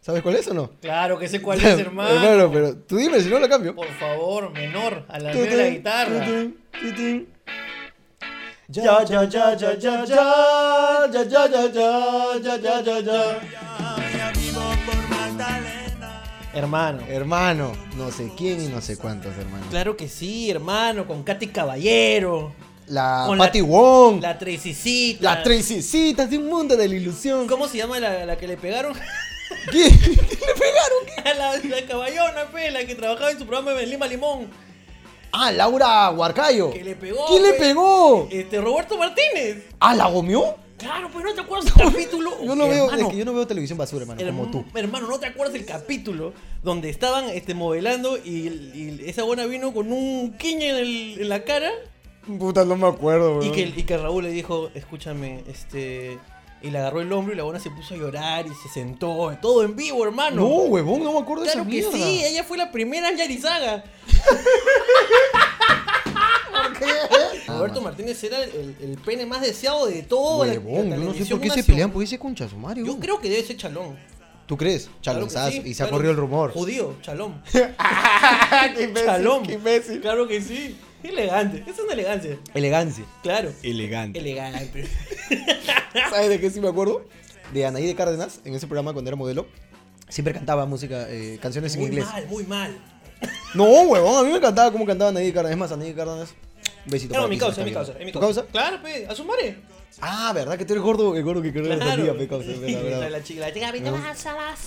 ¿Sabes cuál es o no? Claro que sé cuál es, hermano. Hermano, pero tú dime, si no lo cambio. Por favor, menor, a la Tutín, de la guitarra. tutín, tutín. Ya, ya, ya, ya, ya, ya, ya, ya, ya, ya, ya, ya, ya, ya. Hermano. Hermano, no sé quién y no sé cuántos, hermano. Claro que sí, hermano, con Katy Caballero, La Con la- Patty Wong, la, la Tricicita. Tricicita de un mundo de la ilusión. ¿Cómo se llama la, la que le pegaron? ¿Qué? ¿Le pegaron? A la, la caballona, pe, la que trabajaba en su programa en Lima Limón. Ah, Laura Huarcayo. Que le pegó, pues? ¿Quién le pe. pegó? Este, Roberto Martínez. ¿Ah, la gomió? Claro, pero no te acuerdas del capítulo. Yo no veo, Hermano, es que yo no veo televisión basura, hermano, como herm- tú. Hermano, ¿no te acuerdas del capítulo donde estaban este, modelando y, y esa buena vino con un quiñe en, el- en la cara? Puta, no me acuerdo, Y weón. que, y que Raúl le dijo, escúchame, este... Y le agarró el hombro y la buena se puso a llorar y se sentó. Todo en vivo, hermano. No, huevón, no me acuerdo de Claro esa que mierda. sí, ella fue la primera Yarizaga. eh, Ah, Roberto Martínez era el, el pene más deseado de todo. la- la Huevón, yo no sé televisión por qué se nacional. pelean por ese concha, su Mario. Yo creo que debe ser Chalón. ¿Tú crees? Claro que Chalonzazo. sí, y se ha claro. corrido el rumor. Judío, Chalón. qué Chalón. Claro que sí. Elegante. Es una elegancia. Elegancia. Claro. Elegante. Elegante. ¿Sabes de qué sí me acuerdo? De Anaí de Cárdenas, en ese programa cuando era modelo. Siempre cantaba música, eh, canciones en muy inglés. mal, muy mal. No, huevón, a mí me encantaba cómo cantaba Anaí de Cárdenas. Es más, Anaí de Cárdenas, un besito. No, para mi ti, causa, si mi estás causa, mi viendo. causa. ¿Tu causa? Claro, pe, a su madre. Ah, ¿verdad? Que tú eres gordo, el gordo que creo que Claro. tenía, pe, causa. verdad, La, verdad. la chica, la chica, ¿Te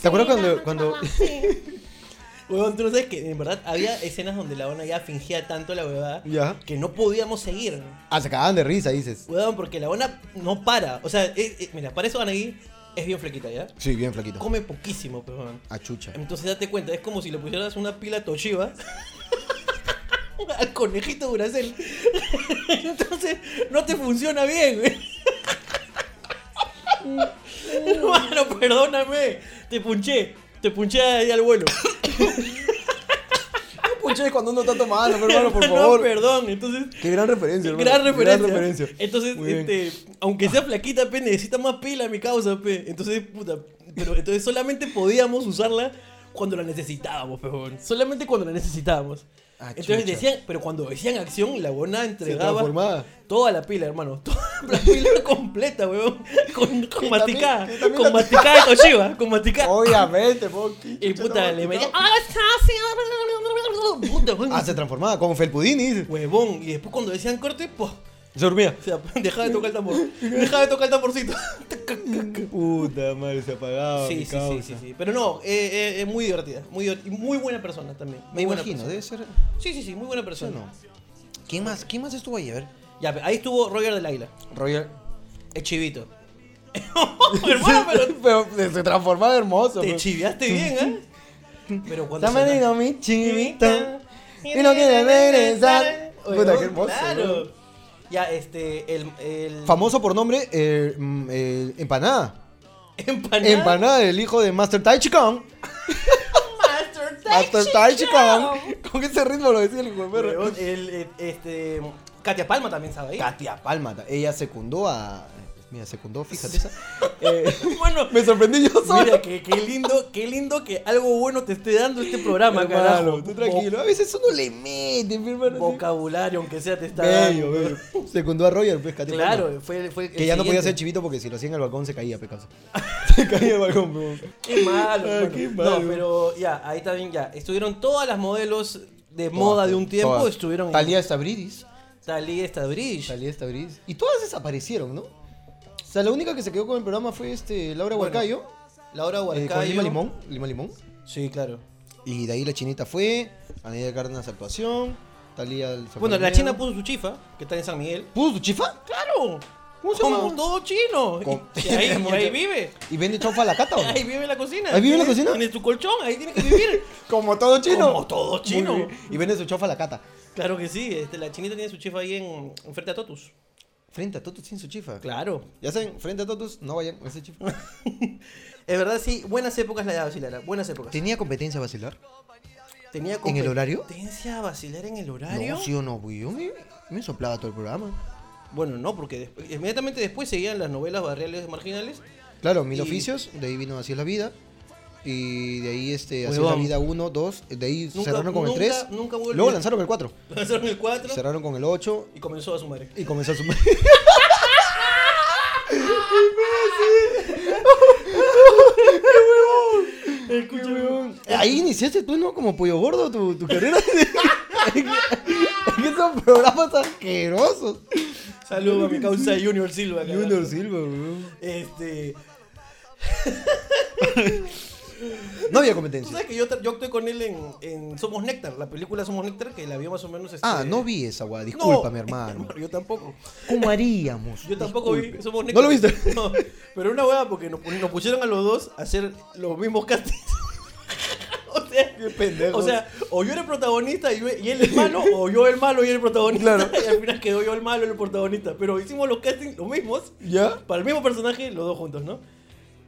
acuerdas cuando, cuando Huevón, tú no sabes que en verdad había escenas donde la ona ya fingía tanto la huevada Ya. que no podíamos seguir. Ah, se cagaban de risa, dices. Huevón, porque la ona no para. O sea, eh, eh, mira, para eso Anaí es bien flequita, ¿ya? Sí, bien flaquito. Come poquísimo, pues, huevón. A chucha. Entonces date cuenta, es como si le pusieras una pila Toshiba al conejito Duracel. Entonces no te funciona bien, güey. Hermano, perdóname. Te punché. Te punché ahí al vuelo. Puches cuando uno está tomando, pero, No, perdón. Entonces, Qué gran referencia, hermano. gran referencia. referencia. Entonces, Muy bien. este, aunque sea flaquita, pe, necesita más pila mi causa, pe. Entonces, puta. Pero entonces solamente podíamos usarla cuando la necesitábamos, pejón. Solamente cuando la necesitábamos. Ah, entonces chucha. decían, pero cuando decían acción, la buena Se entregaba transformaba. toda la pila, hermano. Toda la pila completa, weón. Con, con también- masticada. que también la- Con masticada de Toshiba. Con masticada. Obviamente, po. Y puta, le metía. Ah, Puta, weón. se transformaba como Felpudini. dices. Huevón. Y después cuando decían corte, pues. Se dormía. O sea, dejaba de tocar el tambor. Dejaba de tocar el tamborcito. Puta madre, se apagaba. mi Sí, sí, sí, causa. sí, sí. Pero no, eh, es muy divertida. Muy, divert- y muy buena persona también. Me muy buena imagino, persona. debe ser. Sí, sí, sí, muy buena persona. no. ¿Quién más, ¿Quién más estuvo ahí? A ver. Ya, pe- ahí estuvo Roger del Águila. Roger. El chivito. Hermano, pero se, se transformaba hermoso. te pe. chiviaste bien, ¿eh? Pero cuando. Está marido sonaba- mi chivita. Y no quiere regresar. Oye, Puta, vos, qué hermoso. Claro. ¿no? Ya, este, el. el... Famoso por nombre, eh, mm, eh, Empanada. Empanada. Empanada, el hijo de Master Tai Chi Kong. Master Tai Master Chi Tai Chi Kong. Kong. Con ese ritmo lo decía el hijo de perro. Huevón, el, eh, este, Katia Palma también estaba ahí. Katia Palma, ella secundó a. Mira, secundó, fíjate esa. Eh, Bueno, me sorprendí yo solo. mira, que- qué lindo, qué lindo que algo bueno te esté dando este programa, carajo. hermano, tú tranquilo. A veces uno le mete, mi Vo- hermano. así. vocabulario, aunque sea, te está Bello, dando. bello. Secundó a Roger, pues, Katia Palma. Claro, fue, fue el Que ya no podía ser siguiente. chivito porque si lo hacía en el balcón se caía, pecado. Se caía el balcón, weón. Qué malo, Ah, hermano. qué malo. No, pero ya, ahí también ya. Estuvieron todas las modelos de Todas, moda de un todas. tiempo, estuvieron Talía Stabridis. Talía Estabridge. Talía Stabridis. Y todas desaparecieron, ¿no? O sea, la única que se quedó con el programa fue este Laura Bueno, Huarcayo. Laura eh, Huarcayo. con Lima Limón. Lima Limón. Sí, claro. Y de ahí la chinita fue. Anida Cárdenas actuación. Talía el Bueno, Sofronido. la China puso su chifa, que está en San Miguel. ¿Puso tu chifa? ¡Claro! ¿Cómo se Como llama? todo chino. Con- Y ahí, y ahí vive. ¿Y vende chofa a la cata o no? Ahí vive la cocina. ¿Ahí vive la cocina? Tiene su colchón, ahí tiene que vivir. Como todo chino. Como todo Muy chino. bien. Y vende su chofa a la cata. claro que sí, este, la chinita tiene su chifa ahí en, en frente a Totus. Frente a Totus sin su chifa. Claro. Ya saben, frente a Totus, no vayan a ese chifa. Es verdad, sí, buenas épocas la de vacilar, buenas épocas. ¿Tenía competencia vacilar? Tenía ¿En el horario? competencia vacilar en el horario? No, sí o no, güey. Yo me, me soplaba todo el programa. Bueno, no, porque después- inmediatamente después seguían las novelas barriales marginales. Claro, mil Y- oficios, de ahí vino así es la vida. Y de ahí este, así es la Huevón. vida 1, 2. De ahí Nunca- cerraron con nunca- el 3. nunca voy a Luego olvidar. lanzaron el 4. Lanzaron el 4 Cerraron con el 8 y comenzó a su madre. y comenzó a sumar. Escúchame. Ahí iniciaste tú, ¿no? Como pollo gordo tu, tu carrera. en, en esos programas asquerosos. Saludos a mi causa Junior Silva. carajo. Junior Silva, weón. Este. No había Tú competencia. sabes que yo, tra- yo actué con él en, en Somos Néctar, la película Somos Néctar, que la vio más o menos. Este... Ah, no vi esa weá. No, Discúlpame, hermano. Yo tampoco. ¿Cómo haríamos? Yo tampoco vi Disculpe. Somos ¿No Néctar. lo viste? No, pero una hueá porque nos, nos pusieron a los dos a hacer los mismos castings. o sea. Qué pendejo. O sea, o yo era el protagonista y, yo- y él el malo, o yo el malo y él el protagonista. Y al final quedó yo el malo y el protagonista. Pero hicimos los castings los mismos, ¿ya? para el mismo personaje, los dos juntos, ¿no?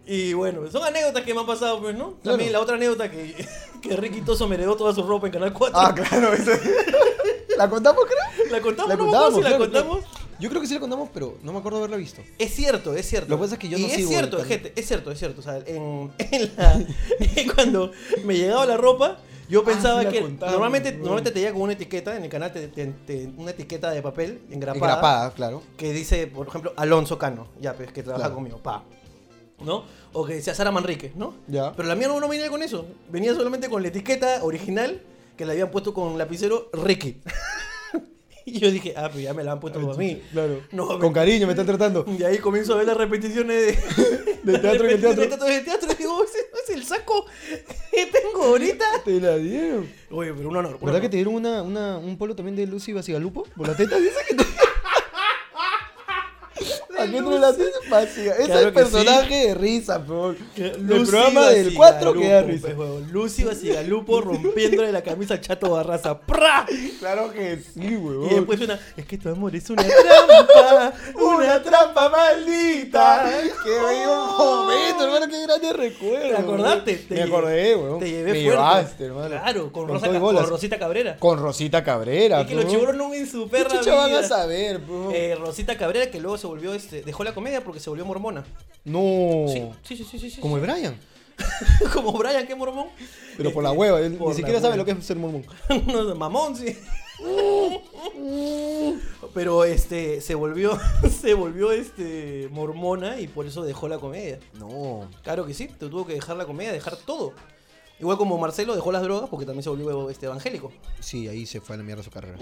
Y bueno, son anécdotas que me han pasado, pues, ¿no? Claro. También la otra anécdota que, que Ricky Toso me heredó toda su ropa en Canal 4. Ah, claro. esa- ¿La contamos, creo? ¿La contamos? La no? contamos. ¿Sí la claro, claro. contamos? Yo creo que sí la contamos, pero no me acuerdo haberla visto. Es cierto, es cierto. Lo que pasa es que yo no y es sigo cierto, el can- gente, es cierto, es cierto. O sea, en, en la- cuando me llegaba la ropa, yo Ah, pensaba sí la que contamos, normalmente, weón. normalmente te llega con una etiqueta, en el canal te, te- te- una etiqueta de papel engrapada, Engrapada, claro. que dice, por ejemplo, Alonso Cano, ya pues, que trabaja Claro. conmigo, pa. ¿No? O que decía Sara Manrique, ¿no? Ya. Pero la mía no, no venía con eso. Venía solamente con la etiqueta original que le habían puesto con lapicero Ricky. y yo dije, ah, pues ya me la han puesto para mí. Claro. No, Con cariño me están tratando. y ahí comienzo a ver las repeticiones de, Del las teatro en el teatro. repeticiones del teatro. en el teatro. Y digo, ese no es el saco que tengo ahorita. Te la dieron. Oye, pero un honor. un ¿Verdad que honor. te dieron una, una, un polo también de Lucy Basigalupo? ¿Por la teta? Dice que te... Aquí entre la teta Basiga. Ese Claro es que personaje de risa, por Que El Eh, Lucy programa del Basigalupo, 4 que da risa. pues, huevón. Lucy Basigalupo rompiéndole la camisa al chato Barraza. ¡Pra! Claro que sí, weón. Y después una, es que tu amor es una trampa. ¡Una trampa maldita! ¡Qué bello Oh. momento, hermano! ¡Qué grande recuerdo! ¿Te acordaste? weón. Te Me lle- acordé, weón. Te llevé Me fuerte. llevaste, hermano. Claro, con, Rosa todo y Ca- bolas. con Rosita Cabrera. Con Rosita Cabrera, Es que los weón. chiboros no en su ¿Qué perra chucha van a vida. saber, weón? Eh, Rosita Cabrera que luego se volvió, este, dejó la comedia porque se volvió mormona. No. Sí, sí, sí, sí, sí, sí. Como el Brian. Como Brian, que mormón. Pero por la hueva, él Eh, por ni la siquiera sabe hueva. lo que es ser mormón. No, de mamón, sí. Mm. Pero este se volvió se volvió este mormona y por eso dejó la comedia. No. Claro que sí, te tuvo que dejar la comedia, dejar todo. Igual como Marcelo dejó las drogas porque también se volvió este evangélico. Sí, ahí se fue a la mierda su carrera.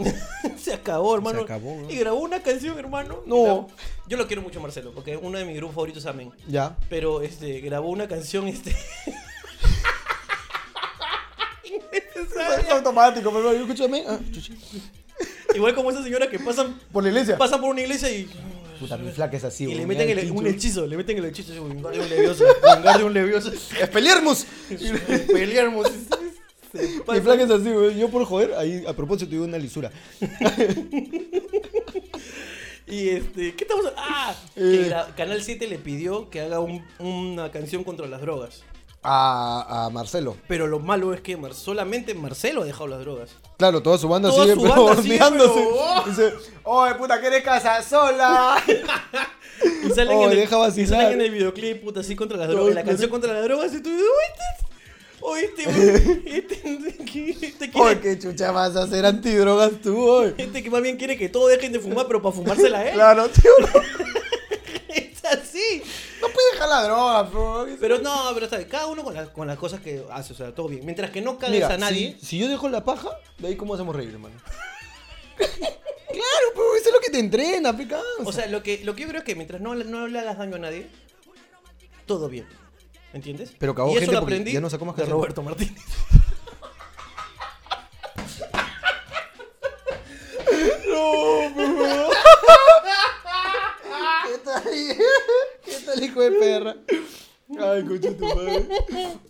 se acabó, hermano. acabó, ¿no? Y grabó una canción, hermano. No. Grabó- Yo lo quiero mucho Marcelo, porque es uno de mis grupos favoritos amén. ya. Pero este grabó una canción este Es automático, pero yo escúchame. Ah, chucha. igual como esas señoras que pasan por la iglesia. pasan por una iglesia y Puta, mi flaca es así, Y le weón. meten Ya el el- un pincho. hechizo, le meten el hechizo. así, Vingar de un levioso, vingar de un levioso. ¡Expeliermos! Pelearmos. Se Mi pasa. flaca es así, weón. Yo por joder, ahí a propósito tuve una lisura. Y este, ¿qué estamos? Ah, Eh. que la- Canal 7 le pidió que haga un- una canción contra las drogas. A, a Marcelo. Pero lo malo es que Mar- solamente Marcelo ha dejado las drogas. Claro, toda su banda Toda sigue su pero banda sigue, horneándose. pero- oh. Dice, oye puta, que eres casa sola. Y salen, Oh, en, el, deja y vacilar. salen en el videoclip, puta, así contra las No, drogas. en la claro. canción contra las drogas. Y tú, este oíste, oíste, este, este Oye, quiere, qué chucha vas a hacer antidrogas tú, hoy. este que más bien quiere que todos dejen de fumar, pero para fumársela a él. Claro, tío. No, Es así. no puedes dejar la droga, bro. Pero no, pero está bien, cada uno con, las- con las cosas que hace, o sea, todo bien. Mientras que no cagues Mira, a nadie. Si, si yo dejo la paja, de ahí cómo hacemos reír, hermano. claro, pero eso es lo que te entrena, pecado. O sea, lo que, lo que yo creo es que mientras no, no le hagas daño a nadie, todo bien. ¿Me entiendes? Pero cagó y eso gente lo porque aprendí ya no sacó más de canciones. Roberto Martínez. ¿qué tal? ¿Qué tal, hijo de perra? Ay, coche tu madre.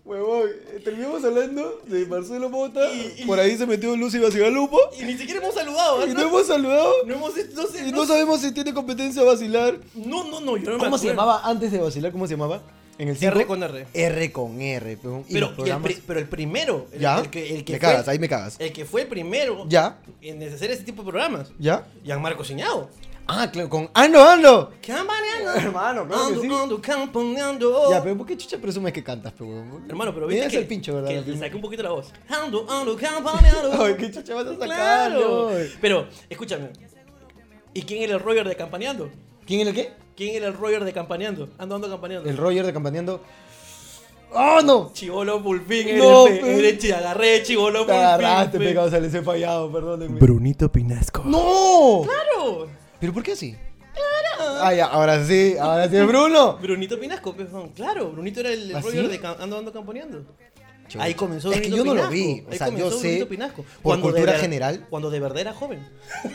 Huevón, eh, terminamos hablando de Marcelo Mota. Y- y- Por ahí se metió Lucy Basigalupo. Y ni siquiera hemos saludado, Y ¿no? no hemos saludado. No hemos no sé, Y no, no sabemos si tiene competencia a vacilar. no, no, no, yo no me ¿Cómo se acuerdo. llamaba antes de vacilar? ¿Cómo se llamaba? En el R 5? con R. R con R. Pero, y los Pero, y el, programas- pri- pero el primero, el, ¿Ya? el que, el que me fue, cagas, ahí me cagas. el que fue el primero ¿Ya? en hacer ese tipo de programas, ¿Ya? Gianmarco Ciñao. Ah, claro, con Ando, Ando. Campaneando. Hermano, claro que Ando, sí. ando, campaneando. Ya, pero ¿por qué chucha presumes que cantas, pe, huevón? Hermano, pero viste Tienes que, el pincho, ¿verdad? que La le primera. saqué un poquito la voz. Ando, ando, campaneando. Ay, ¿qué chucha vas a sacar, Claro. Lloyd? Pero, escúchame. ¿Y quién era el Roger de Campaneando? ¿Quién era el qué? ¿Quién era el Roger de Campaneando? Ando, ando, Campaneando. El Roger de Campaneando. ¡Oh, no! Chivolo Pulpín, eres, No, pe- pe- eres chi- agarré Chivolo Te Pulpín. agarraste, pe. pecado, se les he fallado, perdónenme. Brunito Pinasco. ¡No! Claro. ¿Pero por qué así? Ah, ya, ahora sí, ahora sí es Bruno. Brunito Pinasco, pe, Juan. claro. Brunito era el ¿Ah, Roger sí? de Cam- Ando, ando, Campaneando. Chuta. Ahí comenzó Es que yo Brunito no lo Pinasco. vi. O Ahí sea, yo comenzó sé. Brunito Pinasco. Por Cuando de cultura ver- general. Cuando de verdad era joven.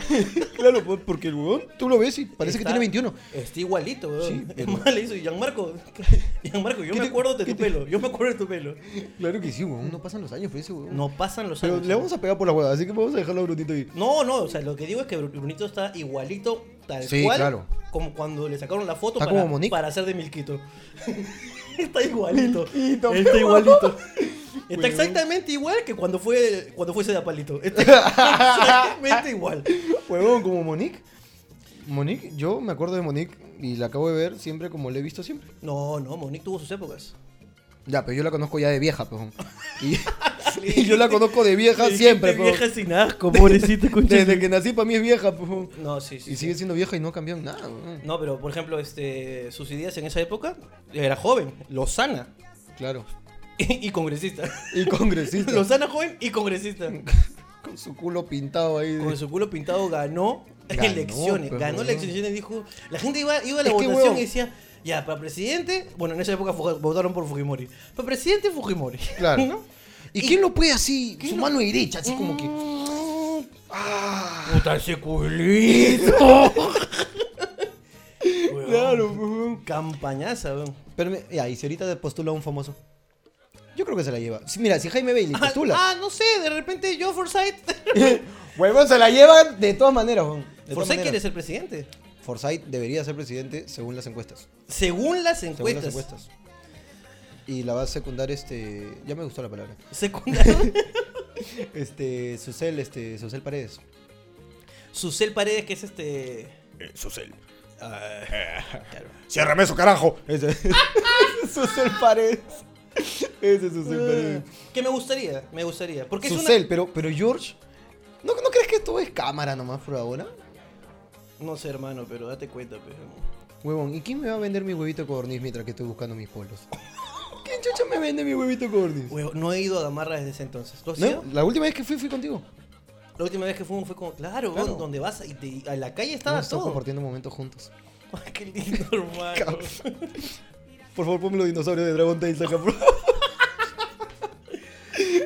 Claro, pues, porque el huevón, tú lo ves y parece que Está- tiene 21. Está igualito, weón. Sí, es más, le hizo Gianmarco. Gianmarco, yo ¿Qué me te- acuerdo de qué tu pelo. Yo me acuerdo de tu pelo. Claro que sí, huevón. No pasan los años, pero ese huevón. No pasan los Pero años. le vamos a pegar por la hueva, así que vamos a dejarlo a Brunito ahí. No, no, o sea, lo que digo es que Brunito está igualito, tal Sí, cual. claro. Como cuando le sacaron la foto Está para, como Monique. para hacer de Milquito. está igualito. Milquito, está weón. igualito. Está Weón. exactamente igual que cuando fue cuando fuese de Apalito. Está exactamente igual. Huevón, como Monique. Monique, yo me acuerdo de Monique y la acabo de ver siempre como la he visto siempre. No, no, Monique tuvo sus épocas. Ya, pero yo la conozco ya de vieja, pejón. Y, y yo la conozco de vieja Le siempre, dijiste pejón. Vieja sin asco, pobrecito, concha. Desde que nací para mí es vieja, pejón. No, sí, sí. Y sí. sigue siendo vieja y no ha cambiado en nada, huevón. No, pero por ejemplo, este, sus ideas en esa época era joven, Lozana Claro. y, y congresista. Y congresista. Lozana joven y congresista. Con su culo pintado ahí. de- Con su culo pintado ganó, Ganó, elecciones. pues, ganó weón. elecciones y dijo. La gente iba, iba a la Es que, votación weón. y decía, ya, para presidente. Bueno, en esa época fu- votaron por Fujimori. Para presidente Fujimori. Claro. ¿no? ¿Y, Y- quién lo puede así? ¿Quién Su lo- mano derecha, así como que. Mm, ¡Ah! Puta ese culito. Weón, weón. Campañaza, weón. Pero, me- ya, y si ahorita postula un famoso. Yo creo que se la lleva. Sí, mira, si Jaime Bailey Ah, postula. ah, no sé, de repente yo Forsyth. Ah, Huevón, se la lleva de todas maneras, weón. De todas Forsyth maneras. quiere ser presidente. Forsyth debería ser presidente según las encuestas. Según las Según encuestas. las encuestas. Y la va a secundar este. Ya me gustó la palabra. Secundario. Este. Susel, este. Susel Paredes. Susel Paredes, que es este. Susel. claro. Eh. ¡Ciérrame eso, carajo! Ese. Susel Paredes. Ese es Susel Paredes. eh, Que me gustaría, me gustaría. Porque Susel, pero, pero George. ¿no, ¿No crees que esto es cámara nomás por ahora? es una. No sé, hermano, pero date cuenta, pero. Huevón, ¿y quién me va a vender mi huevito codorniz mientras que estoy buscando mis polos? ¿Quién chucha me vende mi huevito codorniz? Huevo, no he ido a Gamarra desde ese entonces. ¿Tú has ¿No? ido? La última vez que fui, fui contigo. La última vez que fuimos fue como. Claro, Claro. weón, donde vas. Y te- a la calle estaba Estamos todo. compartiendo momentos juntos. Ay, Qué lindo, hermano. Cabrón. Por favor, ponme los dinosaurios de Dragon Tales acá, por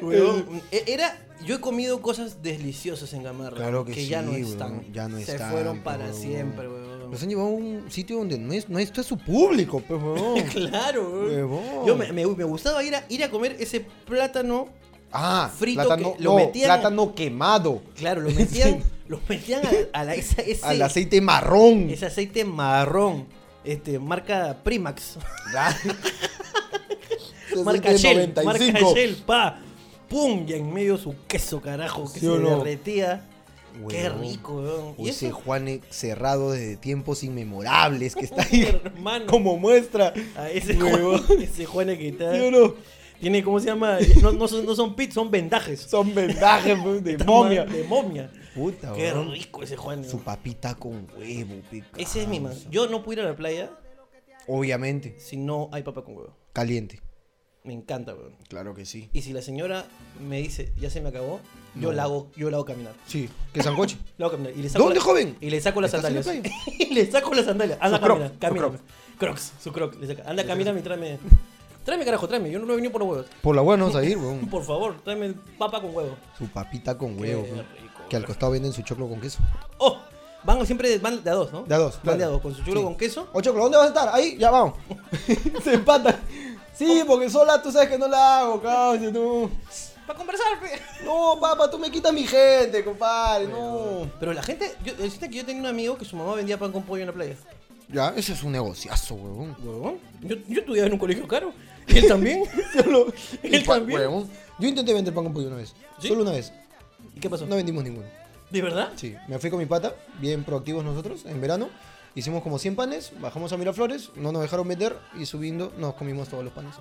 Huevón, e- Era. Yo he comido cosas deliciosas en Gamarra. Claro que ya sí, no huevón, están. ya no Se están, Pues fueron pe, para huevón. siempre, weón. Nos han llevado a un sitio donde no, es, no está su público, pues, huevón. Claro, weón. Huevón. Yo me, me- me gustaba ir a, ir a comer ese plátano. Ah, Frito plátano, que lo no, metían- plátano quemado. Claro, lo metían, lo metían a, a la, esa- ese, Al aceite marrón. ese aceite marrón. Este, marca Primax. Ah. marca Shell. Marca 95. Shell, pa. Pum, y en medio su queso, carajo, ¿Sí que se o no? derretía. Qué Huevón. rico, weón. O Y ese eso, Juan cerrado desde tiempos inmemorables que está ahí hermano. como muestra. a ese Huevón. Juan, ese Juan que está. ¿Sí o no? Tiene, ¿cómo se llama? No, no son, no son pits, son vendajes. Son vendajes pues, de Esta momia. madre De momia. Puta, Qué huevón. rico ese Juan. Su weón. papita con huevo, pica. Ese es mi man. Yo no puedo ir a la playa Obviamente, si no hay papa con huevo. caliente. Me encanta, weón. Claro que sí. Y si la señora me dice, ya se me acabó, yo No. la hago, yo la hago caminar. Sí, que sancoche. La hago caminar. Y le saco ¿Dónde, la- joven? Y le saco las ¿Estás en la sandalias. y le saco las sandalias. Anda, Su croc, camina, su camina. croc. Crocs, su croc. Le saca. Anda, camina y tráeme. Tráeme, carajo, tráeme. Yo no he venido por los huevos. Por la hueá no vas a ir, weón. Por favor, tráeme papa con huevo. Su papita con Qué huevo, rico, weón. weón. Que al costado venden su choclo con queso. ¡Oh! Van siempre van de a dos, ¿no? De a dos, Van claro. de a dos, con su chulo Sí. con queso. O choclo, ¿dónde vas a estar? Ahí, ya vamos. Se empata. Sí, porque sola tú sabes que no la hago, cabrón. No, Para conversar, pe. no papá, tú me quitas mi gente, compadre. No. Pero la gente, yo, deciste que yo tenía un amigo que su mamá vendía pan con pollo en la playa. Ya, ese es un negociazo, weón. Huevón. Yo, yo estudiaba en un colegio caro. Y él también. Él Y pa- también. weón. Yo intenté vender pan con pollo una vez. ¿Sí? Solo una vez. ¿Y qué pasó? No vendimos ninguno. ¿De verdad? Sí, me fui con mi pata, bien proactivos nosotros, en verano. Hicimos como 100 panes, bajamos a Miraflores, no nos dejaron vender y subiendo nos comimos todos los panes.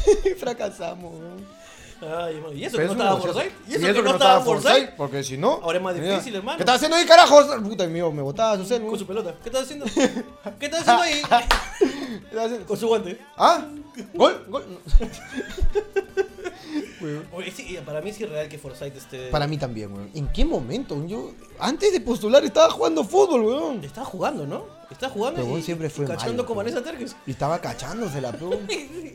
Fracasamos. weón. Ay, hermano, ¿y eso Pero que es no estaba una Forsyth? graciosa. ¿Y eso que no estaba Forsyth? Porque si no. Ahora es más difícil, hermano. ¿Qué estás haciendo ahí, carajos? Puta, mío, me botaba su cel, Con su weón. pelota. ¿Qué estás haciendo? ¿Qué estás haciendo ahí? ¿Qué estás haciendo? Con su guante. ¿Ah? ¿Gol? ¿Gol? Weón. Oye, sí, para mí es irreal que Forsyth esté. Para mí también, weón. ¿En qué momento? Yo, antes de postular, estaba jugando fútbol, weón. Estaba jugando, ¿no? Estaba jugando. Pero y, vos siempre fue y cachando malo, con pues. Vanessa Terkes. Y estaba cachándosela, weón.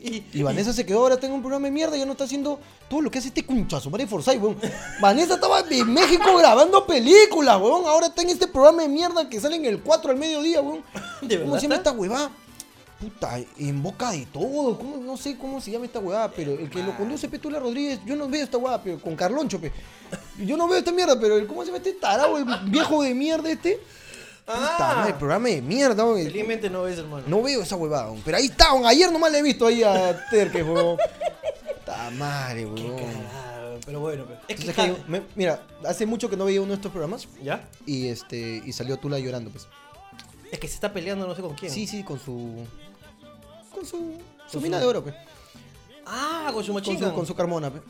Y- Y Vanessa se quedó, ahora tengo un programa de mierda, ya no está haciendo todo lo que hace este cunchazo, madre Forsyth, weón. Vanessa estaba de México grabando películas, weón. Ahora está en este programa de mierda que sale en el 4 al mediodía, weón. ¿De ¿Cómo verdad se llama está? esta huevada? Puta, en boca de todo, ¿cómo? no sé cómo se llama esta huevada, pero el que lo conduce Petula Rodríguez, yo no veo esta huevada, pero con Carloncho, pe. Yo no veo esta mierda, pero el- ¿cómo se llama este tarado, el viejo de mierda este? Puta, Ah. madre, el programa de mierda, weón. Felizmente no ves, hermano. No veo esa huevada, weón. pero ahí está, weón. ayer nomás le he visto ahí a Terque, weón. Puta madre, weón. Cagada, pero bueno, pues. es que, Entonces, que está- me- mira, hace mucho que no veía uno de estos programas ¿Ya? y este y salió Tula llorando, pues. Es que se está peleando no sé con quién. Sí, sí, con su con su su su- mina de oro, pues. Ah, con su Con machinga. su, con su Carmona, pe.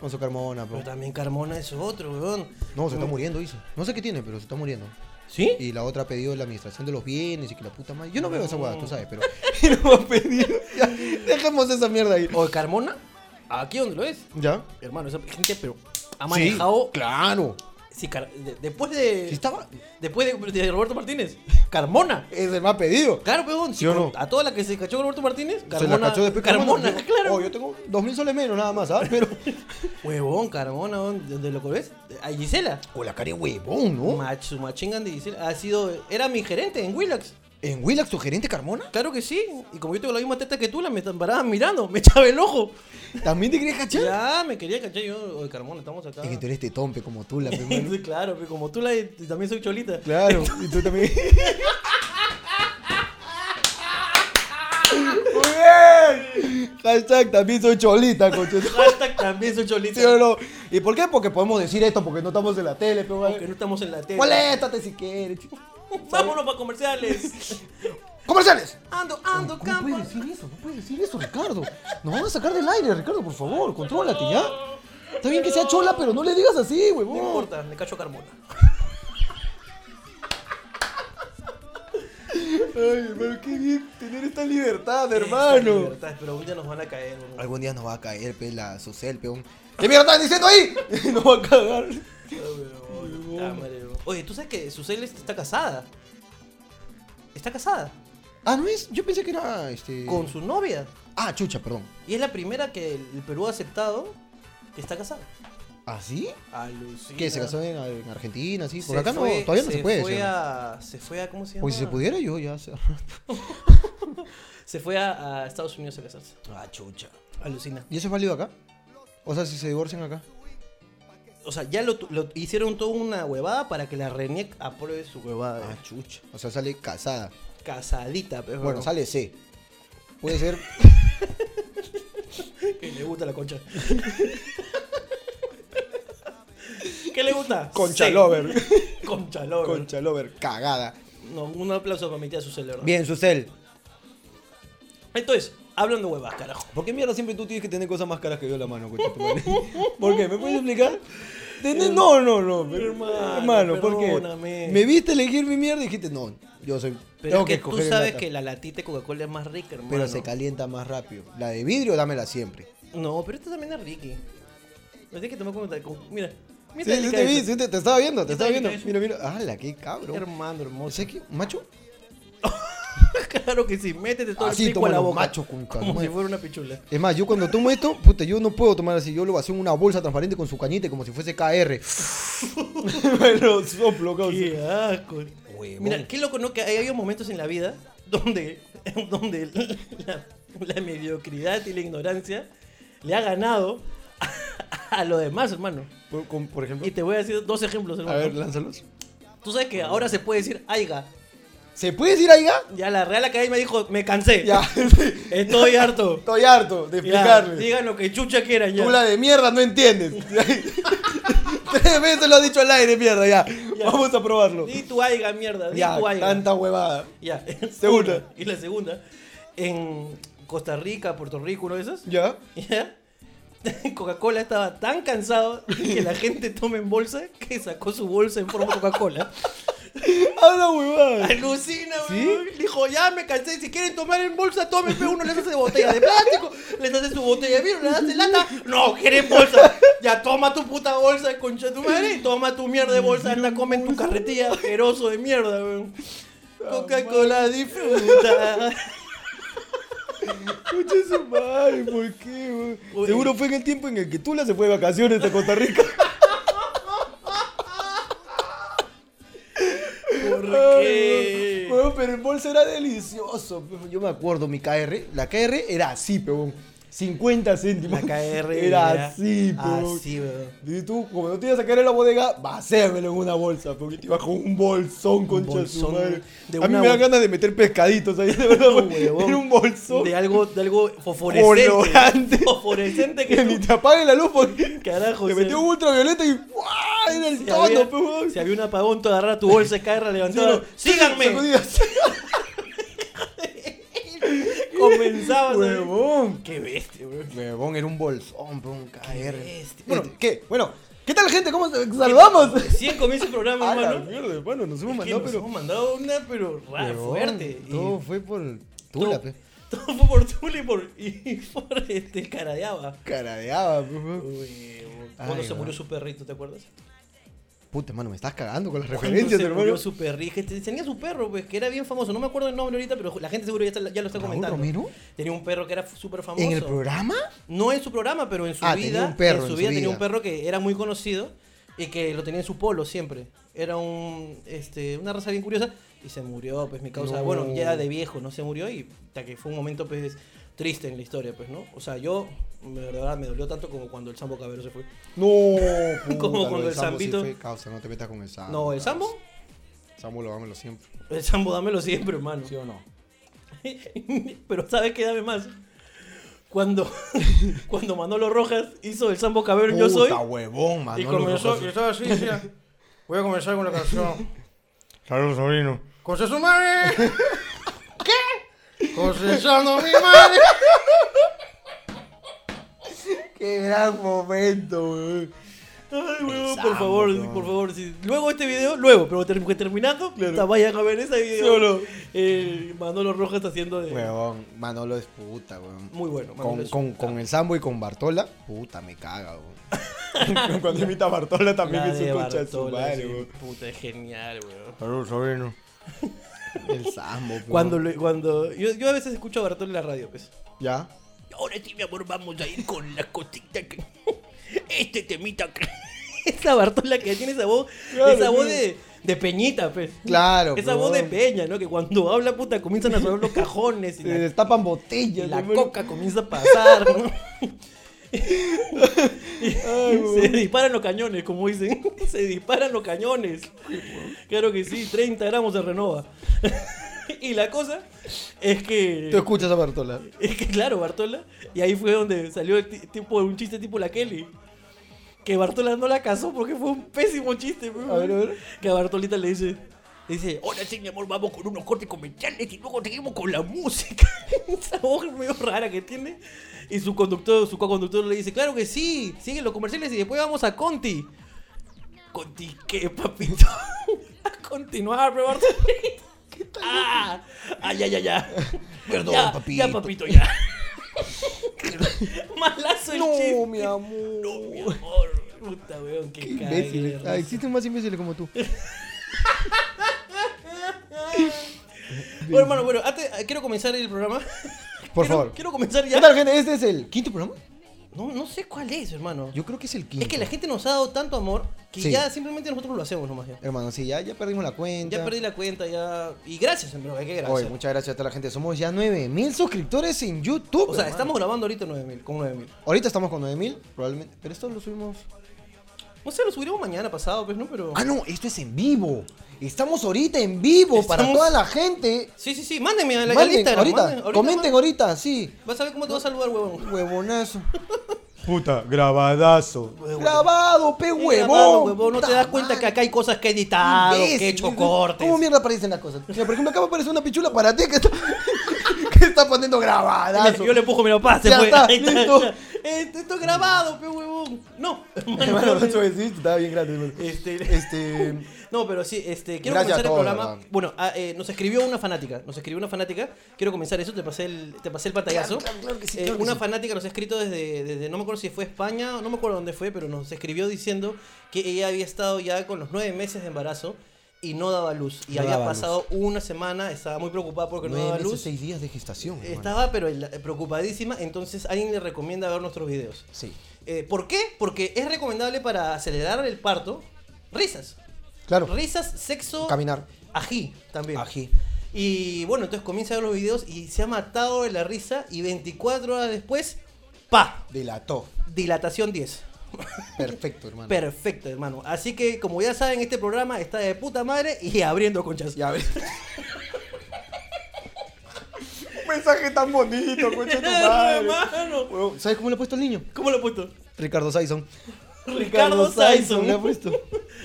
Con su Carmona, pe. Pero también Carmona es otro, weón. No, se está muriendo, dice. No sé qué tiene, pero se está muriendo. ¿Sí? Y la otra ha pedido la administración de los bienes y que la puta madre. Yo no veo esa huevada, tú sabes, pero. Y lo va a pedir. Ya, dejemos esa mierda ahí. O Carmona, aquí donde lo es. ¿Ya? Hermano, esa gente, pero ha Sí, manejado. claro. Sí, Car- de- después de. Si estaba. Después de, de Roberto Martínez. Carmona. Es el más pedido. Claro, weón. ¿Sí o no? A toda la que se cachó con Roberto Martínez, Carmona. Se la cachó después Carmona, Yo- claro. Oh, yo tengo dos mil soles menos nada más, ¿sabes? Pero. Huevón, Carmona, weón, ¿dónde lo ves? A Gisela. O la cara de huevón, ¿no? Mach- su machingan de Gisela. Ha sido. Era mi gerente en Willax. ¿En Willax tu gerente Carmona? Claro que sí. Y como yo tengo la misma teta que tú, la me paraban mirando. Me echaba el ojo. ¿También te querías cachar? Ya, me quería cachar yo. Oye, Carmona, estamos acá. Es que tú eres tetompe como tú, la primera. Sí, claro, pero como tú la, y también soy cholita. Claro, y tú también. Muy bien. Hashtag también soy cholita, coche. Hashtag también soy cholita. ¿Sí o no? ¿Y por qué? Porque podemos decir esto, porque no estamos en la tele, pero. Aunque no estamos en la tele. Moléstate si quieres. chico. Vámonos para comerciales. ¡Comerciales! Ando, ando, ¿Cómo campo. puedes decir eso? No puedes decir eso, Ricardo. Nos van a sacar del aire, Ricardo, por favor, contrólate ya. Está bien que sea chola, pero no le digas así, No huevón. importa, le cacho a Carmona. Ay, hermano, qué bien tener esta libertad, Esta libertad, Pero un día nos van a caer. weón. Algún día nos va a caer, pe, la Susel, peón. ¿Qué mierda estás diciendo ahí? nos va a cagar. Ay, weón, puta madre, weón. Oye, ¿tú sabes que Susel está casada? Está casada. Ah, no es. Yo pensé que era este. Con su novia. Ah, chucha, perdón. Y es la primera que el Perú ha aceptado que está casada. ¿Ah, sí? Alucina. ¿Qué? ¿Se casó en, en Argentina? ¿Sí? Por Se acá no, fue- todavía no se, puede. Fue ¿sí? a, se fue a, ¿cómo se llama? Pues si se pudiera, yo ya. se- Se fue a, a Estados Unidos a casarse. Ah, chucha. Alucina. ¿Y eso es válido acá? O sea, si se divorcian acá. O sea, ya lo, tu- lo hicieron toda una huevada para que la RENIEC apruebe su huevada. Ah, chucha. O sea, sale casada. Casadita, pero Bueno, sale C. Puede ser. que le gusta la concha. ¿Qué le gusta? Concha Sí. lover. Concha lover. Concha Lover, cagada. No, un aplauso para mi tía Susel, ¿verdad? Bien, Susel. Entonces, hablando huevas, carajo. ¿Por qué mierda siempre tú tienes que tener cosas más caras que yo en la mano, coche? ¿Por qué? ¿Me puedes explicar? Tenés- No, no, no. pero- Eh, Hermano, ¿por qué? perdóname. Me viste elegir mi mierda y dijiste, no, yo soy. Pero tengo es que, tú escoger en sabes lata. que la latita de Coca-Cola es más rica, hermano. Pero se calienta más rápido. La de vidrio, dámela siempre. No, pero esta también es Ricky. Lo tienes que tomar como tal. como- Mira, mira. Sí, esta sí, te delicadeza. vi, sí, te, te estaba viendo, te Yo estaba también viendo. te vi. Mira, mira. ¡Hala, qué cabrón! Hermano, O hermoso. sea, que, macho, claro que sí, métete todo Así el pico a la toman los boca. machos con como calma. si fuera una pichula. Es más, yo cuando tomo esto, puta, yo no puedo tomar así. Yo lo vacío en una bolsa transparente con su cañete como si fuese KR. Pero soplo, causa. Qué asco. Huevón. Mira, qué loco, ¿no? Que hay habido momentos en la vida donde, donde la, la mediocridad y la ignorancia le ha ganado a, lo demás, hermano. Por, con- por ejemplo, Y te voy a decir dos ejemplos, a hermano. ver, lánzalos. Tú sabes que ahora se puede decir, aiga, ¿Se puede decir aiga? ya la Real Academia dijo, me cansé. Ya, Estoy harto. estoy harto de Ya, explicarle. digan lo que chucha quieran ya. Tú la de mierda no entiendes. Tres veces lo ha dicho al aire, mierda, ya. Ya. Vamos a probarlo. Di tu aiga, mierda. Di Ya, tu aiga. tanta huevada. Ya, Segunda. Y la segunda, en Costa Rica, Puerto Rico, uno de esos. ¿Ya? ¿Ya? Coca-Cola estaba tan cansado que la gente toma en bolsa que sacó su bolsa en forma de Coca-Cola. Habla huevada. Alucina, ¿Sí? weón. Dijo, ya me cansé. Si quieren tomar en bolsa, tómenme uno. Les hace botella de plástico, les hace su botella de vino, les hace lata. No, quieren bolsa. Ya toma tu puta bolsa, concha de tu madre. y Toma tu mierda de bolsa. Anda, come en tu carretilla asqueroso de mierda, weón. Coca-Cola disfruta. Escucha su madre, ¿por qué, weón? Uy. Seguro fue en el tiempo en el que Tula se fue de vacaciones a Costa Rica. ¿Por Ay, qué? Weón, pero el bolso era delicioso. weón. Yo me acuerdo, mi KR, la KR era así, weón. 50 La céntimos. KR era así, weón. Así, weón. Y tú, como no te ibas a caer en la bodega, vacéamelo en una bolsa, porque te ibas con un bolsón, concha bolsón de su madre. de a mí una me dan bol- ganas de meter pescaditos ahí, de verdad, No, huevón. Era un bolsón De algo, de algo fosforescente. Colorante. Fosforescente que que ni tú- te apague la luz, porque Carajo, te se- metió un ultravioleta y ¡guau! Era el si tono, había, pe, weón. si había un apagón, tú agarras tu bolsa, caes levantada. Sí, no, ¡Síganme! sacudidas. Comenzabas. ahí. Huevón. ¡Qué bestia, bro! Huevón, era un bolsón, pe, un KR. bestia. Este- Bueno, ¿qué? Bueno, ¿qué tal, gente? ¿Cómo te salvamos? Recién comienza el programa, A la hermano. mierda, hermano, nos hemos Es que mandado, nos pero... hemos mandado una, pero rara, Huevón, fuerte. Y Todo fue por todo- Tula, pe. Todo fue por Tula y por, y por este, Caradeaba. Caradeaba, pe, weón. Huevón. Ay, Cuando se huevón. murió su perrito, ¿te acuerdas? Puta, hermano, me estás cagando con las Cuando referencias, se hermano. murió su perrito. que te- Tenía su perro, pues, que era bien famoso. No me acuerdo el nombre ahorita, pero la gente seguro ya, está- ya lo está ¿Raúl comentando. Romero? Tenía un perro que era súper famoso. ¿En el programa? No en su programa, pero en su Ah, tenía vida. un perro en su vida tenía un perro que era muy conocido y que lo tenía en su polo siempre. Era un, este, una raza bien curiosa y se murió, pues mi causa. No. Bueno, ya de viejo, ¿no? Se murió y hasta que fue un momento, pues, triste en la historia, pues, ¿no? O sea, yo, de verdad, me dolió tanto como cuando el Sambo Cabero se fue. No, puta, Como lo cuando del el Sambo sí Zambito- fue causa, no te metas con el Sambo. no, el causa. Sambo, Sambo lo dámelo siempre. el Sambo dámelo siempre, hermano. ¿Sí o no? Pero ¿sabes qué? Dame más. Cuando, cuando Manolo Rojas hizo el Sambo Cabero en Yo Soy. Puta huevón, mano. Y comenzó, y estaba así, decía, voy a comenzar con la canción. Saludos, sobrino. Cosa su madre, Procesando mi madre. Qué gran momento, weón. Ay, weón, Sambo, por favor, weón. por favor. sí. Luego este video, luego, pero ter- que terminando, puta, vayan a ver ese video. ¿Sí o no? Eh, Manolo Rojas está haciendo de. Huevón, Manolo es puta, weón. Muy bueno, Manolo Con, es con, puta. con el Sambo y con Bartola, puta, me caga, weón. Cuando imita a Bartola también La es un de concha de su Bartola, madre, sí, weón. Puta, es genial, weón. Saludos, sobrino. El Sambo, pues, weón. Cuando, lo- cuando yo, yo a veces escucho a Bartol en la radio, pues. ¿Ya? Ahora sí, mi amor, vamos a ir con la cosita que. Este temita que. Esa Bartola que tiene esa voz. Claro, esa voz sí. de, de Peñita, pues. Claro, Esa pues. voz de Peña, ¿no? Que cuando habla, puta, comienzan a sonar los cajones y Se la, destapan y botellas, la hermano. coca comienza a pasar, ¿no? Ay, weón. Se disparan los cañones, como dicen. Se disparan los cañones. Claro que sí, 30 gramos de renova. Y la cosa es que. Tú escuchas a Bartola. Es que claro, Bartola. Y ahí fue donde salió el ti- tipo un chiste tipo la Kelly. Que Bartola no la casó porque fue un pésimo chiste, weón. A ver, a ver. Que a Bartolita le dice. le Dice, ahora sí, mi amor, vamos con unos cortes comerciales y luego seguimos con la música. Esa voz medio rara que tiene. Y su conductor, su co-conductor le dice, claro que sí, siguen los comerciales y después vamos a Conti. Conti, ¿qué, papito? a continuar, pero Bartolita. Ah, ay, ay, ay, ya. Perdón, ya, papito. Ya, papito, ya. Malazo el chiste. No, mi amor. No, mi amor. Puta, weón, qué, Qué cague de imbéciles. risa. Ah, existen más imbéciles como tú. Bueno, hermano, bueno, antes, eh, quiero comenzar el programa. Por Quiero- favor. Quiero comenzar ¿Qué ya. tal, gente? Este es el quinto programa. No, no sé cuál es, hermano. Yo creo que es el quinto. Es que la gente nos ha dado tanto amor que Sí. ya simplemente nosotros lo hacemos nomás ya. Hermano, sí, ya, ya perdimos la cuenta. Ya perdí la cuenta, ya. Y gracias, hermano, hay que Oye, gracias. muchas gracias a toda la gente. Somos ya 9000 suscriptores en YouTube. O sea, hermano. estamos grabando ahorita 9000, con 9000. Ahorita estamos con 9000, probablemente. Pero esto lo subimos. No sé, lo subiremos mañana pasado, pues, ¿no? Pero. Ah, no, esto es en vivo. Estamos ahorita en vivo para Estamos- toda la gente. Sí, sí, sí, mándenme a la al Manden, Instagram, ahorita, manden, comenten manden. ahorita, sí. Vas a ver cómo te vas a saludar, huevón. Huevonazo. Puta, grabadazo. Grabado, pe Sí, huevón. grabado, huevón, No te Puta das cuenta que madre. acá hay cosas que he editado, que he Imbécil, hecho ¿no? cortes. ¿Cómo mierda aparecen las cosas? Mira, por ejemplo, acá me aparece una pichula para ti que está, que está poniendo grabadazo. Yo le empujo, mi papá, se Ya fue. está, Ahí está, listo. ya. Este, esto es grabado, pe huevón. No, Hermano, no te voy a decir, estaba bien grande. hermano. Este, Este. no, pero sí, este, quiero Gracias comenzar a todos, el programa. hermano. Bueno, ah, eh, nos escribió una fanática, nos escribió una fanática. Quiero comenzar eso, te pasé el, te pasé el pantallazo. Claro, claro, claro que sí, Eh, claro que una sí. fanática nos ha escrito desde, desde, no me acuerdo si fue España, no me acuerdo dónde fue, pero nos escribió diciendo que ella había estado ya con los nueve meses de embarazo y no daba luz. Y No había daba pasado una semana, estaba muy preocupada porque no Nueve daba meses, luz. seis días de gestación. hermano. Estaba pero en la- preocupadísima, entonces alguien le recomienda ver nuestros videos. Sí. Eh, ¿Por qué? Porque es recomendable para acelerar el parto. Risas. Claro. Risas, sexo. Caminar. Ají también. Ají. Y bueno, entonces comienza a ver los videos y se ha matado de la risa y 24 horas después, ¡pa! Delató. Dilatación 10. Ah, Perfecto, hermano. Perfecto, hermano. Así que, como ya saben, este programa está de puta madre y abriendo conchas. Ya ves. Un mensaje tan bonito, concha de tu madre. hermano. Huevón, ¿Sabes cómo le ha puesto el niño? ¿Cómo lo he puesto? Ricardo Saison. Ricardo Saison. Le ha puesto.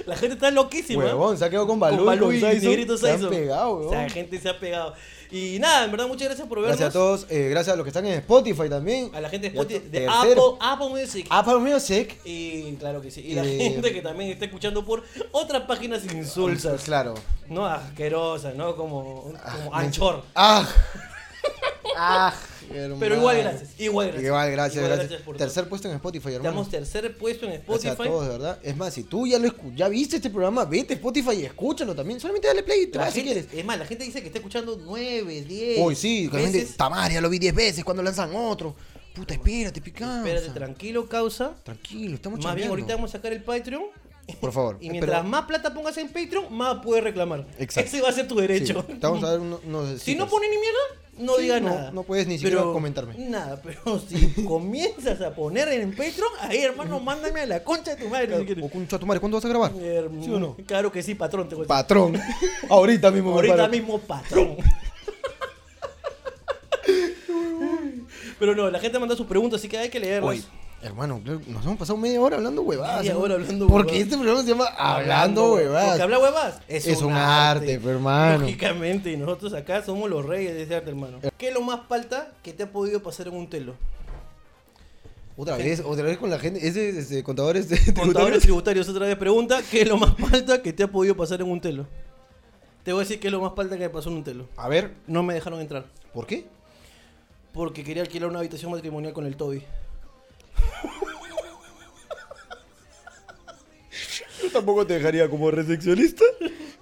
La gente está loquísima. Huevón, se ha quedado con Con Balú. y Balú y Saison. Negrito Se han Saison. pegado, O sea, huevón. la gente se ha pegado. Y nada, en verdad, muchas gracias por vernos. Gracias a todos. eh, gracias a los que están en Spotify también. A la gente de, Y a Spotify, to- de tercer- Apple, Apple Music. Apple Music. Y claro que sí. Y la Eh, gente que también está escuchando por otras páginas insulsas. Claro. No asquerosas, ¿no? Como, como Ah, Anchor. Ah. Ah, hermano. Pero igual gracias. Igual gracias. Igual gracias, Igual gracias. por Tercer todo. puesto en Spotify, hermano. Damos tercer puesto en Spotify. Gracias a todos, de verdad. Es más, si tú ya lo escu- ya viste este programa, vete a Spotify y escúchalo también. Solamente dale play y te La vas si gente- quieres. Es más, la gente dice que está escuchando 9, 10. Uy, sí, la gente, veces. Tamar, ya lo vi 10 veces cuando lanzan otro. Puta, espérate, picante. Espérate, tranquilo, causa. Tranquilo, estamos Más bien, chambeando. ahorita vamos a sacar el Patreon. Por favor. Y mientras espera. más plata pongas en Patreon, más puedes reclamar. Exacto. Ese va a ser tu derecho. Sí, te vamos a dar uno- unos Si no stickers. pones ni mierda, no Sí, digas no, nada. no puedes ni siquiera comentarme. Nada, pero si comienzas a poner en Patreon, ahí hermano, mándame a la concha de tu madre. si O quieres. con tu madre, ¿cuándo vas a grabar? Herm- ¿Sí o no? Claro que sí, patrón. Te voy a decir. Patrón. ahorita mismo, Ahorita preparo. mismo, patrón. pero no, la gente manda sus preguntas, así que hay que leerlas. Oye, hermano, claro, nos hemos pasado media hora hablando huevadas. Media hermano. hora hablando Porque huevadas. este programa se llama Hablando Porque Huevadas. habla huevas Es un arte, pe, hermano. Eh. Lógicamente, y nosotros acá somos los reyes de ese arte, hermano. ¿Qué es lo más falta que te ha podido pasar en un telo? Otra vez, otra vez con la gente. Ese este, contador este, tributario. Contadores tributarios, otra vez pregunta, ¿qué es lo más falta que te ha podido pasar en un telo? Te voy a decir qué es lo más falta que me pasó en un telo. A ver, No me dejaron entrar, ¿por qué? porque quería alquilar una habitación matrimonial con el Toby. Yo tampoco te dejaría como reseccionista.